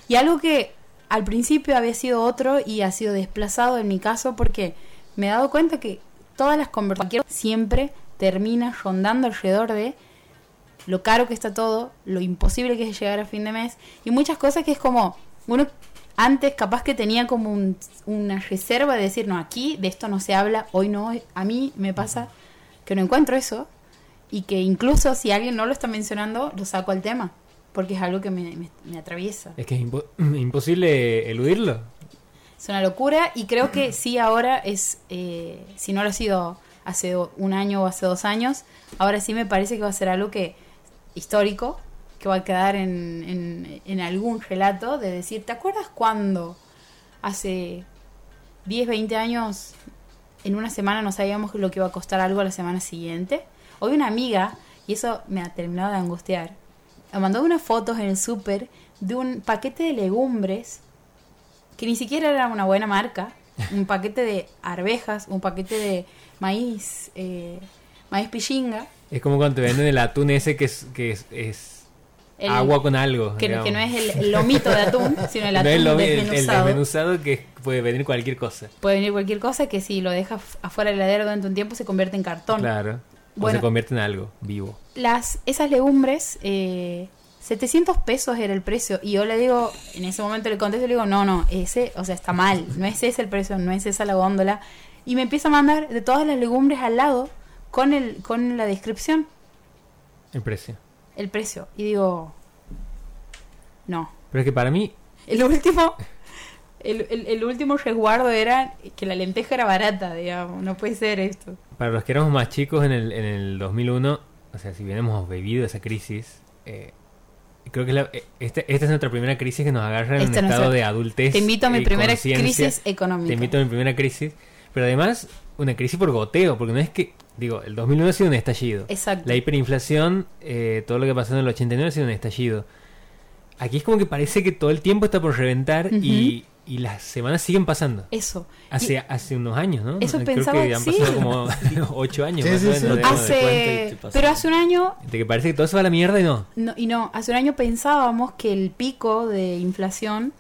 Speaker 2: Y algo que al principio había sido otro y ha sido desplazado en mi caso porque me he dado cuenta que todas las conversaciones siempre termina rondando alrededor de lo caro que está todo, lo imposible que es llegar a fin de mes y muchas cosas que es como uno antes capaz que tenía como un- una reserva de decir, no, aquí de esto no se habla, hoy no, hoy- a mí me pasa que no encuentro eso y que incluso si alguien no lo está mencionando, lo saco al tema, porque es algo que me, me- me atraviesa.
Speaker 1: Es que es impo- [CLEARS THROAT] imposible eludirlo.
Speaker 2: Es una locura y creo que sí ahora es, eh, si no lo ha sido hace do- un año o hace dos años, ahora sí me parece que va a ser algo que histórico, que va a quedar en, en- en algún relato de decir, ¿te acuerdas cuando hace 10, 20 años en una semana no sabíamos lo que iba a costar algo a la semana siguiente? Hoy una amiga, y eso me ha terminado de angustiar, me mandó unas fotos en el súper de un paquete de legumbres que ni siquiera era una buena marca, un paquete de arvejas, un paquete de maíz, eh, maíz pichinga,
Speaker 1: Es como cuando te venden el atún ese que es, que es, es
Speaker 2: El-
Speaker 1: agua con algo.
Speaker 2: que,
Speaker 1: digamos.
Speaker 2: que no es el, el lomito de
Speaker 1: [LAUGHS]
Speaker 2: atún, sino el
Speaker 1: No
Speaker 2: atún
Speaker 1: es lo- el- el
Speaker 2: desmenuzado.
Speaker 1: desmenuzado que puede venir cualquier cosa.
Speaker 2: Puede venir cualquier cosa que si lo dejas afuera del heladero durante un tiempo se convierte en cartón.
Speaker 1: Claro.
Speaker 2: Bueno.
Speaker 1: O se convierte en algo vivo.
Speaker 2: las esas legumbres, eh, 700 pesos era el precio. Y yo le digo, en ese momento le contesto, le digo, no, no, ese, o sea, está mal. No es ese el precio, no es esa la góndola. Y me empieza a mandar de todas las legumbres al lado con, el, con la descripción,
Speaker 1: El precio.
Speaker 2: el precio. Y digo, no.
Speaker 1: Pero es que para mí,
Speaker 2: El
Speaker 1: [LAUGHS]
Speaker 2: último... El, el- el último resguardo era que la lenteja era barata, digamos, no puede ser esto.
Speaker 1: para los que éramos más chicos en el, en el 2001, o sea, si bien hemos vivido esa crisis, eh, creo que es la- eh, esta, esta es nuestra primera crisis que nos agarra en
Speaker 2: Esta
Speaker 1: un
Speaker 2: no es
Speaker 1: estado
Speaker 2: la-
Speaker 1: de adultez.
Speaker 2: Te invito a mi
Speaker 1: y
Speaker 2: primera
Speaker 1: conciencia.
Speaker 2: crisis económica.
Speaker 1: Te invito a mi primera crisis. Pero además, una crisis por goteo, porque no es que. Digo, el 2009 ha sido un estallido.
Speaker 2: Exacto.
Speaker 1: La hiperinflación, eh, todo lo que pasó en el 89 ha sido un estallido. Aquí es como que parece que todo el tiempo está por reventar y, y las semanas siguen pasando.
Speaker 2: Eso. Eh, Y-
Speaker 1: Hace, hace unos años, ¿no?
Speaker 2: Eso
Speaker 1: Creo
Speaker 2: pensaba-
Speaker 1: que han
Speaker 2: sí. Ah,
Speaker 1: pasado como [LAUGHS] ocho años.
Speaker 3: Sí,
Speaker 1: más o
Speaker 3: sí,
Speaker 1: menos,
Speaker 3: sí.
Speaker 1: digamos, de
Speaker 2: hace
Speaker 5: y te pasa.
Speaker 2: pero hace un año
Speaker 1: cuenta. De que parece que todo se va a la mierda y no.
Speaker 2: no, y no hace un año pensábamos que el pico de inflación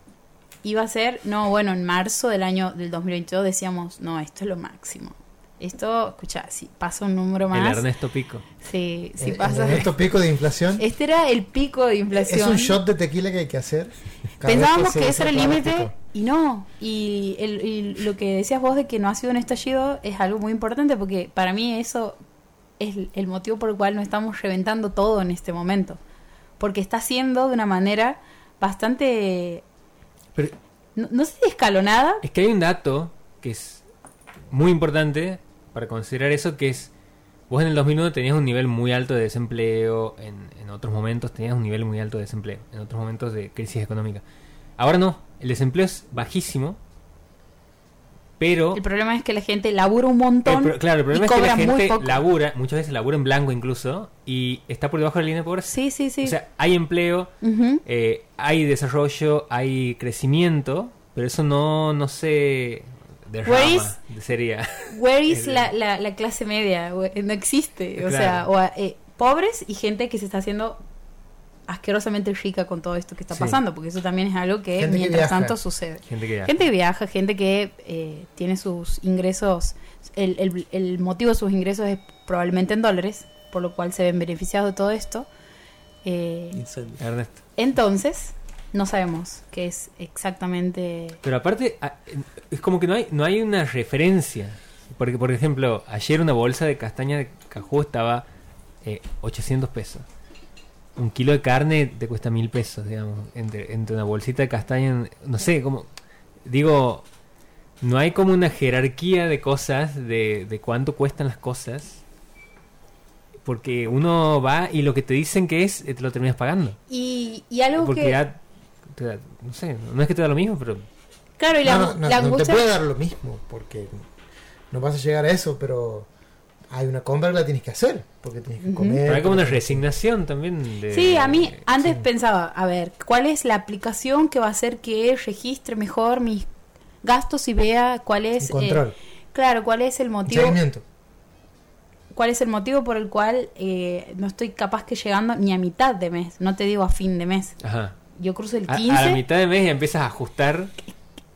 Speaker 2: iba a ser no bueno en marzo del año del 2022 decíamos no esto es lo máximo esto escucha si pasa un número
Speaker 1: El
Speaker 2: más
Speaker 1: Ernesto Pico.
Speaker 2: sí si
Speaker 3: Eh,
Speaker 2: pasa
Speaker 3: en estos picos de
Speaker 2: [LAUGHS]
Speaker 3: inflación.
Speaker 2: este era el pico de inflación
Speaker 3: Es un shot de tequila que hay que hacer. Cada vez
Speaker 2: Pensábamos
Speaker 3: se
Speaker 2: que ese era el
Speaker 3: acercaba
Speaker 2: límite
Speaker 3: pico.
Speaker 2: y no. Y, el- y lo que decías vos de que no ha sido un estallido es algo muy importante porque para mí eso es el- el motivo por el cual no estamos reventando todo en este momento. Porque está siendo de una manera bastante,
Speaker 1: Pero
Speaker 2: no, no sé si escalonada,
Speaker 1: Es que hay un dato que es muy importante para considerar eso, que es, vos en el 2001 tenías un nivel muy alto de desempleo, en, en otros momentos tenías un nivel muy alto de desempleo, en otros momentos de crisis económica. Ahora no, el desempleo es bajísimo, pero...
Speaker 2: el problema es que la gente labura un montón.
Speaker 1: el pro- claro, el problema
Speaker 2: y
Speaker 1: es que la
Speaker 2: cobra muy
Speaker 1: gente
Speaker 2: poco.
Speaker 1: labura, muchas veces labura en blanco incluso, y está por debajo de la línea de pobreza.
Speaker 2: Sí, sí, sí.
Speaker 1: O sea, hay empleo,
Speaker 2: Ujú.
Speaker 1: eh, hay desarrollo, hay crecimiento, pero eso no, no se derrama,
Speaker 2: Where is-
Speaker 1: sería.
Speaker 2: Where is
Speaker 1: El-
Speaker 2: la, la- la clase media? We- No existe. O
Speaker 1: Claro.
Speaker 2: sea, o a- eh, pobres y gente que se está haciendo asquerosamente rica con todo esto que está
Speaker 1: Sí.
Speaker 2: pasando, porque eso también es algo que
Speaker 3: Gente que
Speaker 2: mientras
Speaker 3: viaja.
Speaker 2: tanto sucede.
Speaker 1: [LAUGHS] Gente que ya-
Speaker 2: Gente que viaja, gente que eh, tiene sus ingresos, el, el- el motivo de sus ingresos es probablemente en dólares, por lo cual se ven beneficiados de todo esto. Eh,
Speaker 5: Incendio.
Speaker 1: Ernesto.
Speaker 2: entonces, no sabemos qué es exactamente...
Speaker 1: Pero aparte, a- es como que no hay, no hay una referencia. Porque, por ejemplo, ayer una bolsa de castaña de cajú estaba eh, 800 pesos. Un kilo de carne te cuesta mil pesos, digamos. Entre, entre una bolsita de castaña, no sé, como... digo, no hay como una jerarquía de cosas, de, de cuánto cuestan las cosas. Porque uno va y lo que te dicen que es, eh, te lo terminas pagando.
Speaker 2: Y, y algo
Speaker 1: Porque
Speaker 2: que.
Speaker 1: ya, te da- no sé, no es que te da lo mismo, pero
Speaker 2: Claro, y la,
Speaker 3: No, no, no,
Speaker 2: la
Speaker 3: no te
Speaker 2: angustia.
Speaker 3: puede dar lo mismo, porque no vas a llegar a eso, pero hay una compra que la tienes que hacer, porque tienes que
Speaker 2: Ujú.
Speaker 3: comer.
Speaker 1: Pero hay como una resignación también. De,
Speaker 2: Sí, a
Speaker 1: Eh,
Speaker 2: mí antes pensaba, a ver, ¿cuál es la aplicación que va a hacer que registre mejor mis gastos y vea cuál es...
Speaker 3: Un control.
Speaker 2: eh, claro, cuál es el
Speaker 3: un
Speaker 2: motivo,
Speaker 3: seguimiento.
Speaker 2: cuál es el motivo por el cual eh, no estoy capaz que llegando ni a mitad de mes, no te digo a fin de mes.
Speaker 1: Ajá.
Speaker 2: Yo cruzo el
Speaker 1: A, a la
Speaker 2: 15,
Speaker 1: mitad de mes ya empiezas a ajustar.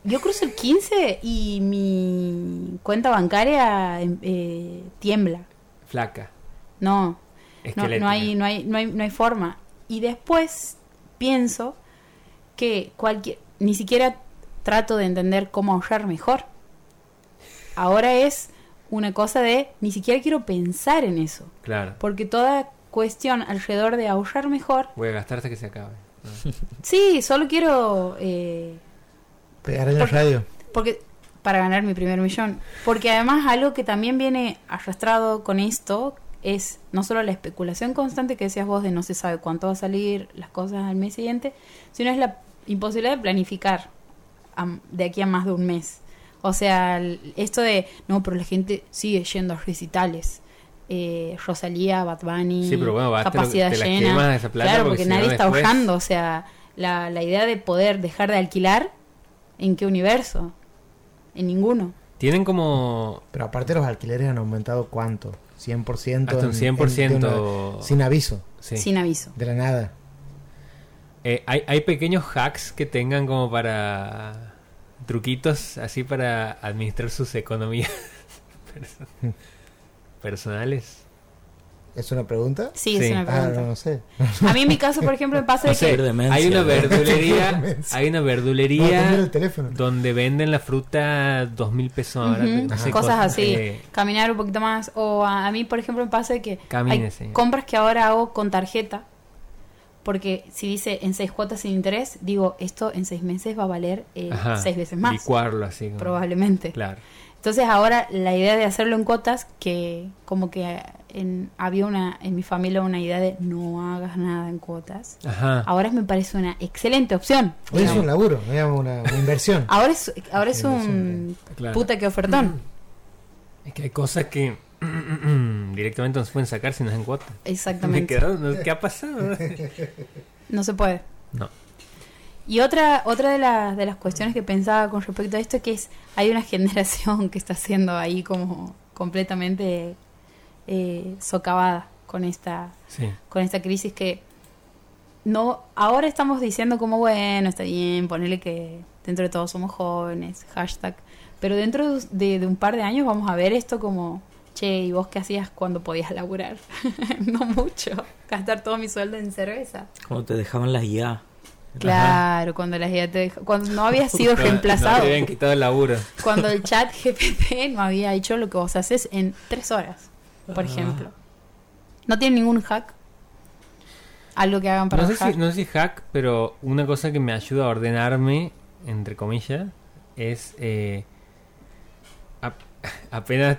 Speaker 2: yo cruzo el 15 y mi cuenta bancaria em, eh, tiembla.
Speaker 1: Flaca.
Speaker 2: No, no,
Speaker 1: Esquelética.
Speaker 2: no, hay, no, hay, no, hay, no hay forma. Y después pienso que cualquier, ni siquiera trato de entender cómo ahorrar mejor. Ahora es una cosa de ni siquiera quiero pensar en eso.
Speaker 1: Claro.
Speaker 2: Porque toda cuestión alrededor de ahorrar mejor,
Speaker 1: Voy a gastar hasta que se acabe. Ah.
Speaker 2: sí, solo quiero... eh,
Speaker 3: Pegar en la radio.
Speaker 2: porque para ganar mi primer millón. Porque además algo que también viene arrastrado con esto es no solo la especulación constante que decías vos de no se sabe cuánto va a salir las cosas al mes siguiente, sino es la imposibilidad de planificar a- de aquí a más de un mes. O sea, el- esto de, no, pero la gente sigue yendo a recitales. Eh, Rosalía, Bad Bunny,
Speaker 1: Sí, pero bueno, va, te lo-
Speaker 2: capacidad
Speaker 1: te la
Speaker 2: llena.
Speaker 1: quemas esa plata
Speaker 2: claro, porque,
Speaker 1: porque si no
Speaker 2: nadie está
Speaker 1: después-
Speaker 2: ahorrando. O sea, la, la idea de poder dejar de alquilar, ¿en qué universo? En ninguno.
Speaker 1: Tienen como.
Speaker 3: Pero aparte los alquileres han aumentado cuánto? 100%.
Speaker 1: Hasta un
Speaker 3: en-
Speaker 1: 100%.
Speaker 3: en- de una- sin aviso,
Speaker 1: sí.
Speaker 2: Sin aviso.
Speaker 3: de la nada.
Speaker 1: Eh, hay, hay pequeños hacks que tengan como para. Truquitos así para administrar sus economías [LAUGHS] perso- personales.
Speaker 3: ¿Es una pregunta?
Speaker 2: Sí,
Speaker 1: Sí.
Speaker 2: es una
Speaker 3: Ah,
Speaker 2: pregunta.
Speaker 3: no, no sé.
Speaker 2: A mí en mi caso, por ejemplo, me pasa
Speaker 5: No
Speaker 2: de
Speaker 5: sé,
Speaker 2: que...
Speaker 5: pero demencia,
Speaker 1: hay
Speaker 2: [LAUGHS]
Speaker 1: una
Speaker 5: ¿no?
Speaker 1: verdulería.
Speaker 3: Demencia.
Speaker 1: hay una
Speaker 3: Vamos a
Speaker 1: verdulería.
Speaker 3: cambiar el teléfono.
Speaker 1: Donde venden la fruta dos mil pesos ahora.
Speaker 2: Ujú,
Speaker 1: no sé,
Speaker 2: cosas así,
Speaker 1: eh,
Speaker 2: caminar un poquito más. O a, a mí, por ejemplo, me pasa que
Speaker 1: Camine,
Speaker 2: hay
Speaker 1: señor.
Speaker 2: compras que ahora hago con tarjeta, porque si dice en seis cuotas sin interés, digo, esto en seis meses va a valer eh,
Speaker 1: ajá,
Speaker 2: seis veces más,
Speaker 1: Licuarlo así. como-
Speaker 2: probablemente.
Speaker 1: Claro.
Speaker 2: Entonces ahora la idea de hacerlo en cuotas, que como que en- había una en mi familia una idea de no hagas nada en cuotas,
Speaker 1: Ajá.
Speaker 2: ahora me parece una excelente opción.
Speaker 3: Hoy es
Speaker 2: digamos.
Speaker 3: un laburo, digamos, una, una inversión.
Speaker 2: Ahora es, ahora es
Speaker 3: Sí,
Speaker 2: un
Speaker 1: Claro. Mm.
Speaker 2: puta que ofertón.
Speaker 1: Es que hay cosas que [CLEARS THROAT] directamente no se pueden sacar si no es en cuota. Me
Speaker 2: Exactamente.
Speaker 1: quedaron, no, ¿Qué
Speaker 2: [LAUGHS]
Speaker 1: ha pasado?
Speaker 2: No se puede.
Speaker 1: No.
Speaker 2: Y otra, otra de, las de las cuestiones que pensaba con respecto a esto que es, hay una [LAUGHS] generación que está siendo ahí como completamente eh, socavada con esta,
Speaker 1: Sí.
Speaker 2: con esta crisis que no, ahora estamos diciendo como, bueno, está bien, ponele que dentro de todos somos jóvenes, hashtag, pero dentro de, de- de un par de años vamos a ver esto como, che, ¿y vos qué hacías cuando podías laburar? [LAUGHS] no mucho, gastar todo mi sueldo en cerveza.
Speaker 5: Cuando te dejaban las IA.
Speaker 2: Claro, cuando la IA te dejó- cuando no había
Speaker 1: [LAUGHS]
Speaker 2: sido
Speaker 1: No, No,
Speaker 2: reemplazado,
Speaker 1: te habían quitado el laburo.
Speaker 2: cuando el chat GPT no había hecho lo que vos haces en tres horas,
Speaker 3: Ah.
Speaker 2: por ejemplo. No tiene ningún hack, algo que hagan para
Speaker 1: No sé,
Speaker 2: bajar.
Speaker 1: si, no sé si hack, pero una cosa que me ayuda a ordenarme, entre comillas, es eh, ap- [LAUGHS] apenas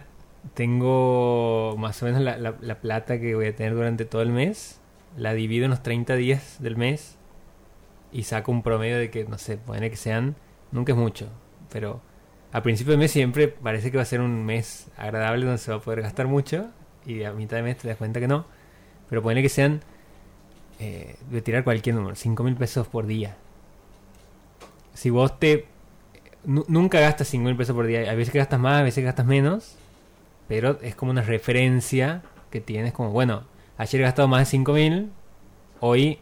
Speaker 1: tengo más o menos la, la- la plata que voy a tener durante todo el mes, la divido en los 30 días del mes y saco un promedio de que, no sé, poner que sean, nunca es mucho, pero a principio de mes siempre parece que va a ser un mes agradable donde se va a poder gastar mucho y a mitad de mes te das cuenta que no, pero poner que sean eh, voy a tirar cualquier número, 5 mil pesos por día. Si vos te... nu- nunca gastas 5 mil pesos por día, a veces que gastas más, a veces que gastas menos, pero es como una referencia que tienes como, bueno, ayer he gastado más de 5 mil, hoy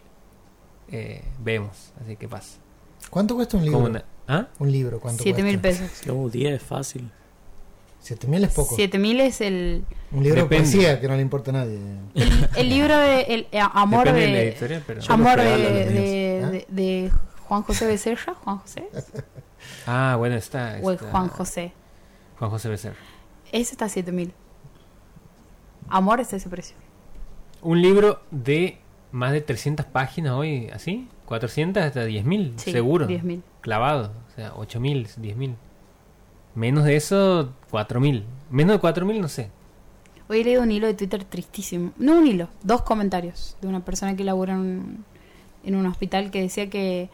Speaker 1: eh, vemos, así que pasa.
Speaker 3: ¿Cuánto cuesta un libro?
Speaker 1: Como una- ¿Ah?
Speaker 3: Un libro, ¿cuánto
Speaker 2: Siete mil
Speaker 3: cuesta?
Speaker 2: pesos.
Speaker 5: Yo, 10, fácil.
Speaker 3: 7 mil es poco.
Speaker 2: Siete mil es el,
Speaker 3: Un libro
Speaker 1: Depende.
Speaker 3: de poesía que no le importa a nadie.
Speaker 2: el libro de el, eh, Amor
Speaker 1: Depende
Speaker 2: de,
Speaker 1: de la editorial, pero...
Speaker 3: Yo
Speaker 2: Amor
Speaker 3: los
Speaker 2: de,
Speaker 3: regalo a los
Speaker 2: de-
Speaker 3: niños, ¿Ah?
Speaker 2: de- de Juan José Becerra, Juan José
Speaker 1: Ah, bueno, está...
Speaker 2: o el
Speaker 1: está-
Speaker 2: Juan José.
Speaker 1: Juan José Becerra.
Speaker 2: Ese está a siete mil. Amor está a ese precio.
Speaker 1: Un libro de más de 300 páginas hoy, ¿así? 400 hasta 10.000,
Speaker 2: Sí,
Speaker 1: seguro.
Speaker 2: 10.000.
Speaker 1: Clavado. O sea, 8.000, 10.000. Menos de eso, 4.000. Menos de 4.000, no sé.
Speaker 2: Hoy he leído un hilo de Twitter tristísimo. No un hilo, dos comentarios de una persona que labura en un, en un hospital que decía que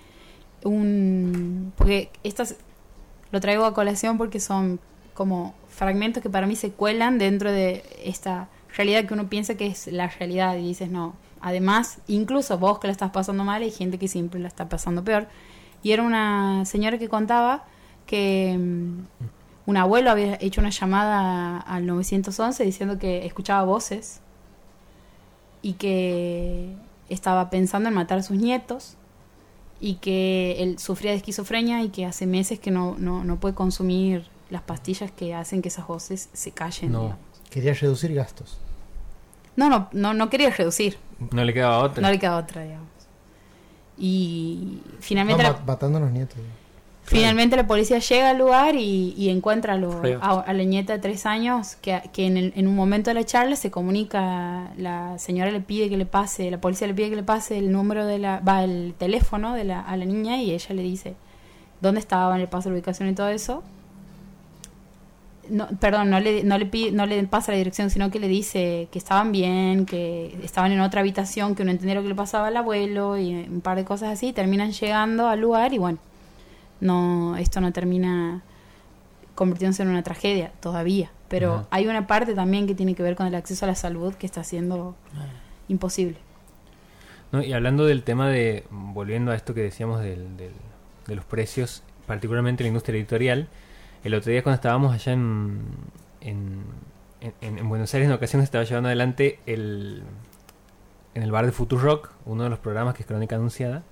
Speaker 2: un... Porque estas... Lo traigo a colación porque son como fragmentos que para mí se cuelan dentro de esta realidad que uno piensa que es la realidad y dices no. Además, incluso vos que la estás pasando mal hay gente que siempre la está pasando peor. Y era una señora que contaba que mm, un abuelo había hecho una llamada al 911 diciendo que escuchaba voces y que estaba pensando en matar a sus nietos y que él sufría de esquizofrenia y que hace meses que no, no, no puede consumir las pastillas que hacen que esas voces se callen.
Speaker 1: No,
Speaker 2: digamos.
Speaker 3: Quería reducir gastos.
Speaker 2: No, no, no, no quería reducir,
Speaker 1: no le quedaba otra.
Speaker 2: no le queda otra, digamos. Y
Speaker 3: No,
Speaker 2: finalmente... la-
Speaker 3: ma- matando a los nietos.
Speaker 2: Finalmente la policía llega al lugar y, y encuentra a, lo-
Speaker 5: Feo.
Speaker 2: a, a la nieta de tres años que, que en, el- en un momento de la charla se comunica, la señora le pide que le pase, la policía le pide que le pase el número de la, va el teléfono de la, a la niña y ella le dice dónde estaban, le pasa la ubicación y todo eso. No, perdón, no le, no, le pide- no le pasa la dirección, sino que le dice que estaban bien, que estaban en otra habitación, que no entendía lo que le pasaba al abuelo y un par de cosas así. Terminan llegando al lugar y bueno, no esto no termina convirtiéndose en una tragedia todavía. Pero
Speaker 1: Ajá.
Speaker 2: hay una parte también que tiene que ver con el acceso a la salud que está siendo imposible.
Speaker 1: No, y hablando del tema de, volviendo a esto que decíamos del- del- de los precios, particularmente en la industria editorial, el otro día cuando estábamos allá en, en, en- en Buenos Aires, en ocasiones estaba llevando adelante el, en el bar de Future Rock, uno de los programas que es Crónica Anunciada,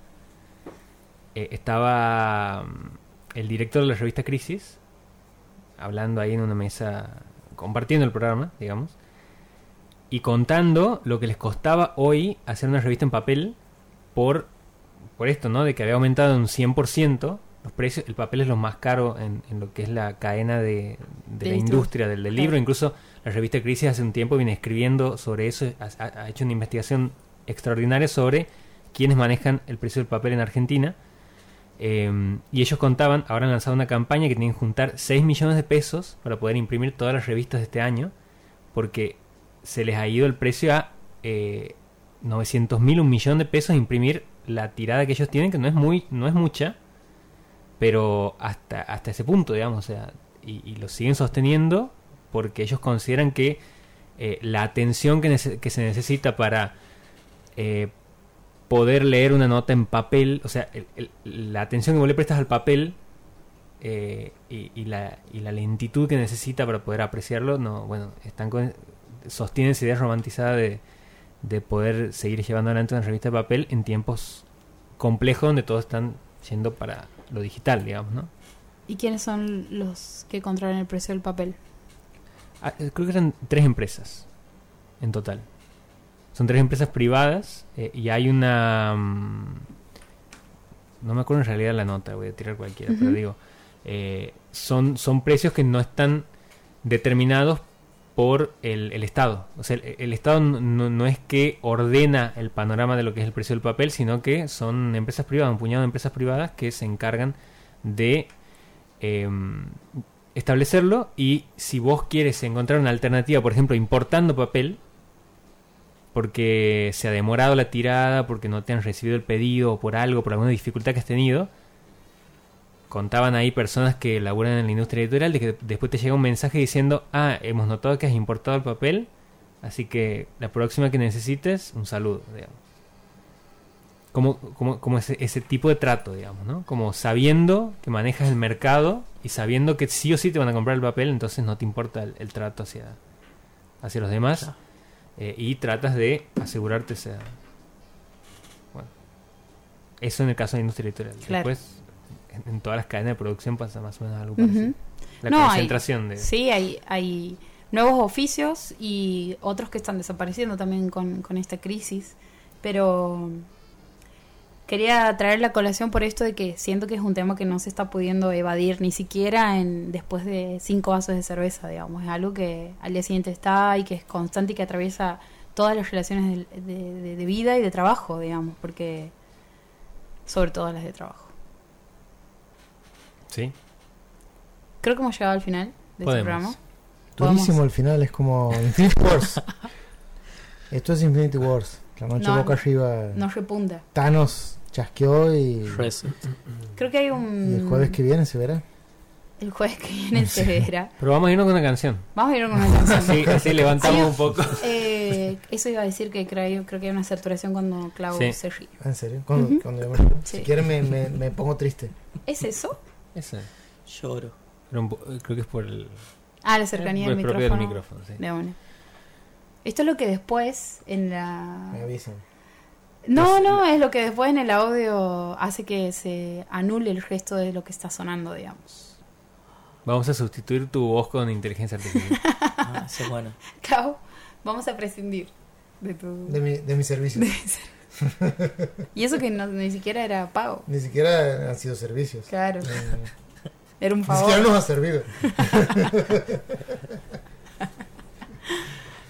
Speaker 1: eh, estaba mm, el director de la revista Crisis, hablando ahí en una mesa, compartiendo el programa, digamos y contando lo que les costaba hoy hacer una revista en papel por, por esto, ¿no? De que había aumentado un 100% los precios. El papel es lo más caro en, en lo que es la cadena de, de
Speaker 2: De
Speaker 1: la
Speaker 2: distribu-
Speaker 1: industria del, del libro.
Speaker 2: Claro.
Speaker 1: Incluso la revista Crisis hace un tiempo viene escribiendo sobre eso, ha, ha- ha hecho una investigación extraordinaria sobre quienes manejan el precio del papel en Argentina. Eh, y ellos contaban, ahora han lanzado una campaña que tienen que juntar 6 millones de pesos para poder imprimir todas las revistas de este año, porque se les ha ido el precio a eh, 900 mil, un millón de pesos imprimir la tirada que ellos tienen, que no es muy, no es mucha, pero hasta, hasta ese punto, digamos, o sea, y, y lo siguen sosteniendo porque ellos consideran que eh, la atención que, nece- que se necesita para eh, poder leer una nota en papel, o sea, el- el- la atención que vos le prestas al papel eh, y, y la, y la lentitud que necesita para poder apreciarlo, no, bueno, están con, sostienen esa idea romantizada de, de poder seguir llevando adelante una revista de papel en tiempos complejos donde todos están yendo para lo digital, digamos, ¿no?
Speaker 2: ¿Y quiénes son los que controlan el precio del papel?
Speaker 1: Ah, eh, creo que eran tres empresas en total. Son tres empresas privadas eh, y hay una... mm, no me acuerdo en realidad la nota, voy a tirar cualquiera, pero
Speaker 2: Ujú.
Speaker 1: digo, eh, son, son precios que no están determinados por el, el Estado. O sea, el, el Estado no- no, no es que ordena el panorama de lo que es el precio del papel, sino que son empresas privadas, un puñado de empresas privadas que se encargan de eh, establecerlo y si vos quieres encontrar una alternativa, por ejemplo, importando papel, porque se ha demorado la tirada, porque no te han recibido el pedido o por algo, por alguna dificultad que has tenido, contaban ahí personas que laburan en la industria editorial de que después te llega un mensaje diciendo, ah, hemos notado que has importado el papel, así que la próxima que necesites, un saludo, digamos. Como, como, como ese, ese tipo de trato, digamos, ¿no? Como sabiendo que manejas el mercado y sabiendo que sí o sí te van a comprar el papel, entonces no te importa el, el trato hacia, hacia los demás eh, y tratas de asegurarte esa... Bueno, eso en el caso de la industria editorial.
Speaker 2: Claro.
Speaker 1: Después, en- en todas las cadenas de producción pasa más o menos algo parecido.
Speaker 2: Ujú.
Speaker 1: La
Speaker 2: No, hay-
Speaker 1: concentración de...
Speaker 2: Sí, hay, hay nuevos oficios y otros que están desapareciendo también con, con esta crisis. Pero quería traer la colación por esto de que siento que es un tema que no se está pudiendo evadir ni siquiera en, después de cinco vasos de cerveza, digamos. Es algo que al día siguiente está y que es constante y que atraviesa todas las relaciones del- de, de- de vida y de trabajo, digamos. Porque sobre todo las de trabajo.
Speaker 1: Sí.
Speaker 2: Creo que hemos llegado al final de
Speaker 1: Podemos.
Speaker 2: este programa.
Speaker 3: Durísimo al final, es como Infinity Wars.
Speaker 2: [LAUGHS]
Speaker 3: Esto es Infinity Wars. La noche
Speaker 2: No,
Speaker 3: boca arriba.
Speaker 2: Nos repunta.
Speaker 3: Thanos chasqueó y,
Speaker 5: Reset.
Speaker 2: Creo que hay un.
Speaker 3: y el jueves que viene se verá.
Speaker 2: el jueves que viene se verá.
Speaker 1: Pero vamos a irnos con una canción.
Speaker 2: Vamos a ir con una canción. [LAUGHS]
Speaker 1: Así, así levantamos
Speaker 2: Sí.
Speaker 1: un poco.
Speaker 2: Eh, eso iba a decir que creo, creo que hay una saturación cuando Clau
Speaker 1: Sí.
Speaker 2: se ríe.
Speaker 3: Ah, En serio. Cuando,
Speaker 2: Ujú.
Speaker 3: cuando yo me-
Speaker 2: Sí.
Speaker 3: Si quieren me, me- me pongo triste.
Speaker 2: ¿Es eso?
Speaker 1: Esa.
Speaker 5: Lloro.
Speaker 1: Pero un po- eh, creo que es por el,
Speaker 2: Ah, la cercanía
Speaker 1: por
Speaker 2: del
Speaker 1: el propio del
Speaker 2: micrófono.
Speaker 1: micrófono. sí.
Speaker 2: De una. Esto es lo que después en la...
Speaker 3: Me avisan.
Speaker 2: No,
Speaker 1: Las-
Speaker 2: no, es lo que después en el audio hace que se anule el resto de lo que está sonando, digamos. [LAUGHS]
Speaker 1: Vamos a sustituir tu voz con
Speaker 2: [LAUGHS]
Speaker 1: inteligencia artificial.
Speaker 5: Ah, eso es bueno.
Speaker 2: Clau, vamos a prescindir de tu...
Speaker 3: De mi, de mi servicio.
Speaker 2: [LAUGHS] Y eso que no- ni siquiera era pago.
Speaker 3: Ni siquiera han sido servicios.
Speaker 2: Claro,
Speaker 3: Eh,
Speaker 2: [LAUGHS] era un
Speaker 3: Ni siquiera
Speaker 2: favor.
Speaker 3: nos ha servido.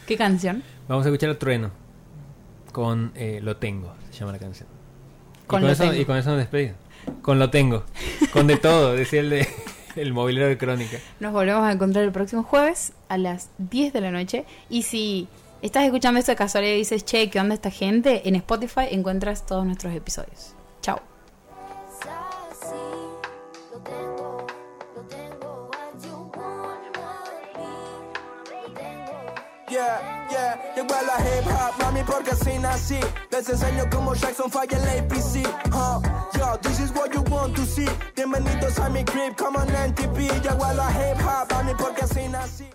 Speaker 2: ¿Qué canción?
Speaker 1: Vamos a escuchar a Trueno con eh, Lo Tengo, se llama la canción.
Speaker 2: Con
Speaker 1: y, con
Speaker 2: Lo
Speaker 1: eso,
Speaker 2: Tengo.
Speaker 1: y con eso nos despedimos. Con Lo Tengo. Con de todo, decía el, de, [LAUGHS] el movilero de Crónica.
Speaker 2: Nos volvemos a encontrar el próximo jueves a las 10 de la noche. Y si estás escuchando esto de casualidad y dices, che, ¿qué onda esta gente? En Spotify encuentras todos nuestros episodios. Chao.
Speaker 6: Sassy, lo tengo, lo tengo. What you want, want me? Lo tengo.
Speaker 7: Yeah, yeah, llegó a la hip hop, mami, porque así nací. Les enseño cómo Jackson falla el APC. Huh? Yo, this is what you want to see. Bienvenidos a mi crib, come on NTP. Llegó a la hip hop, mami, porque así nací.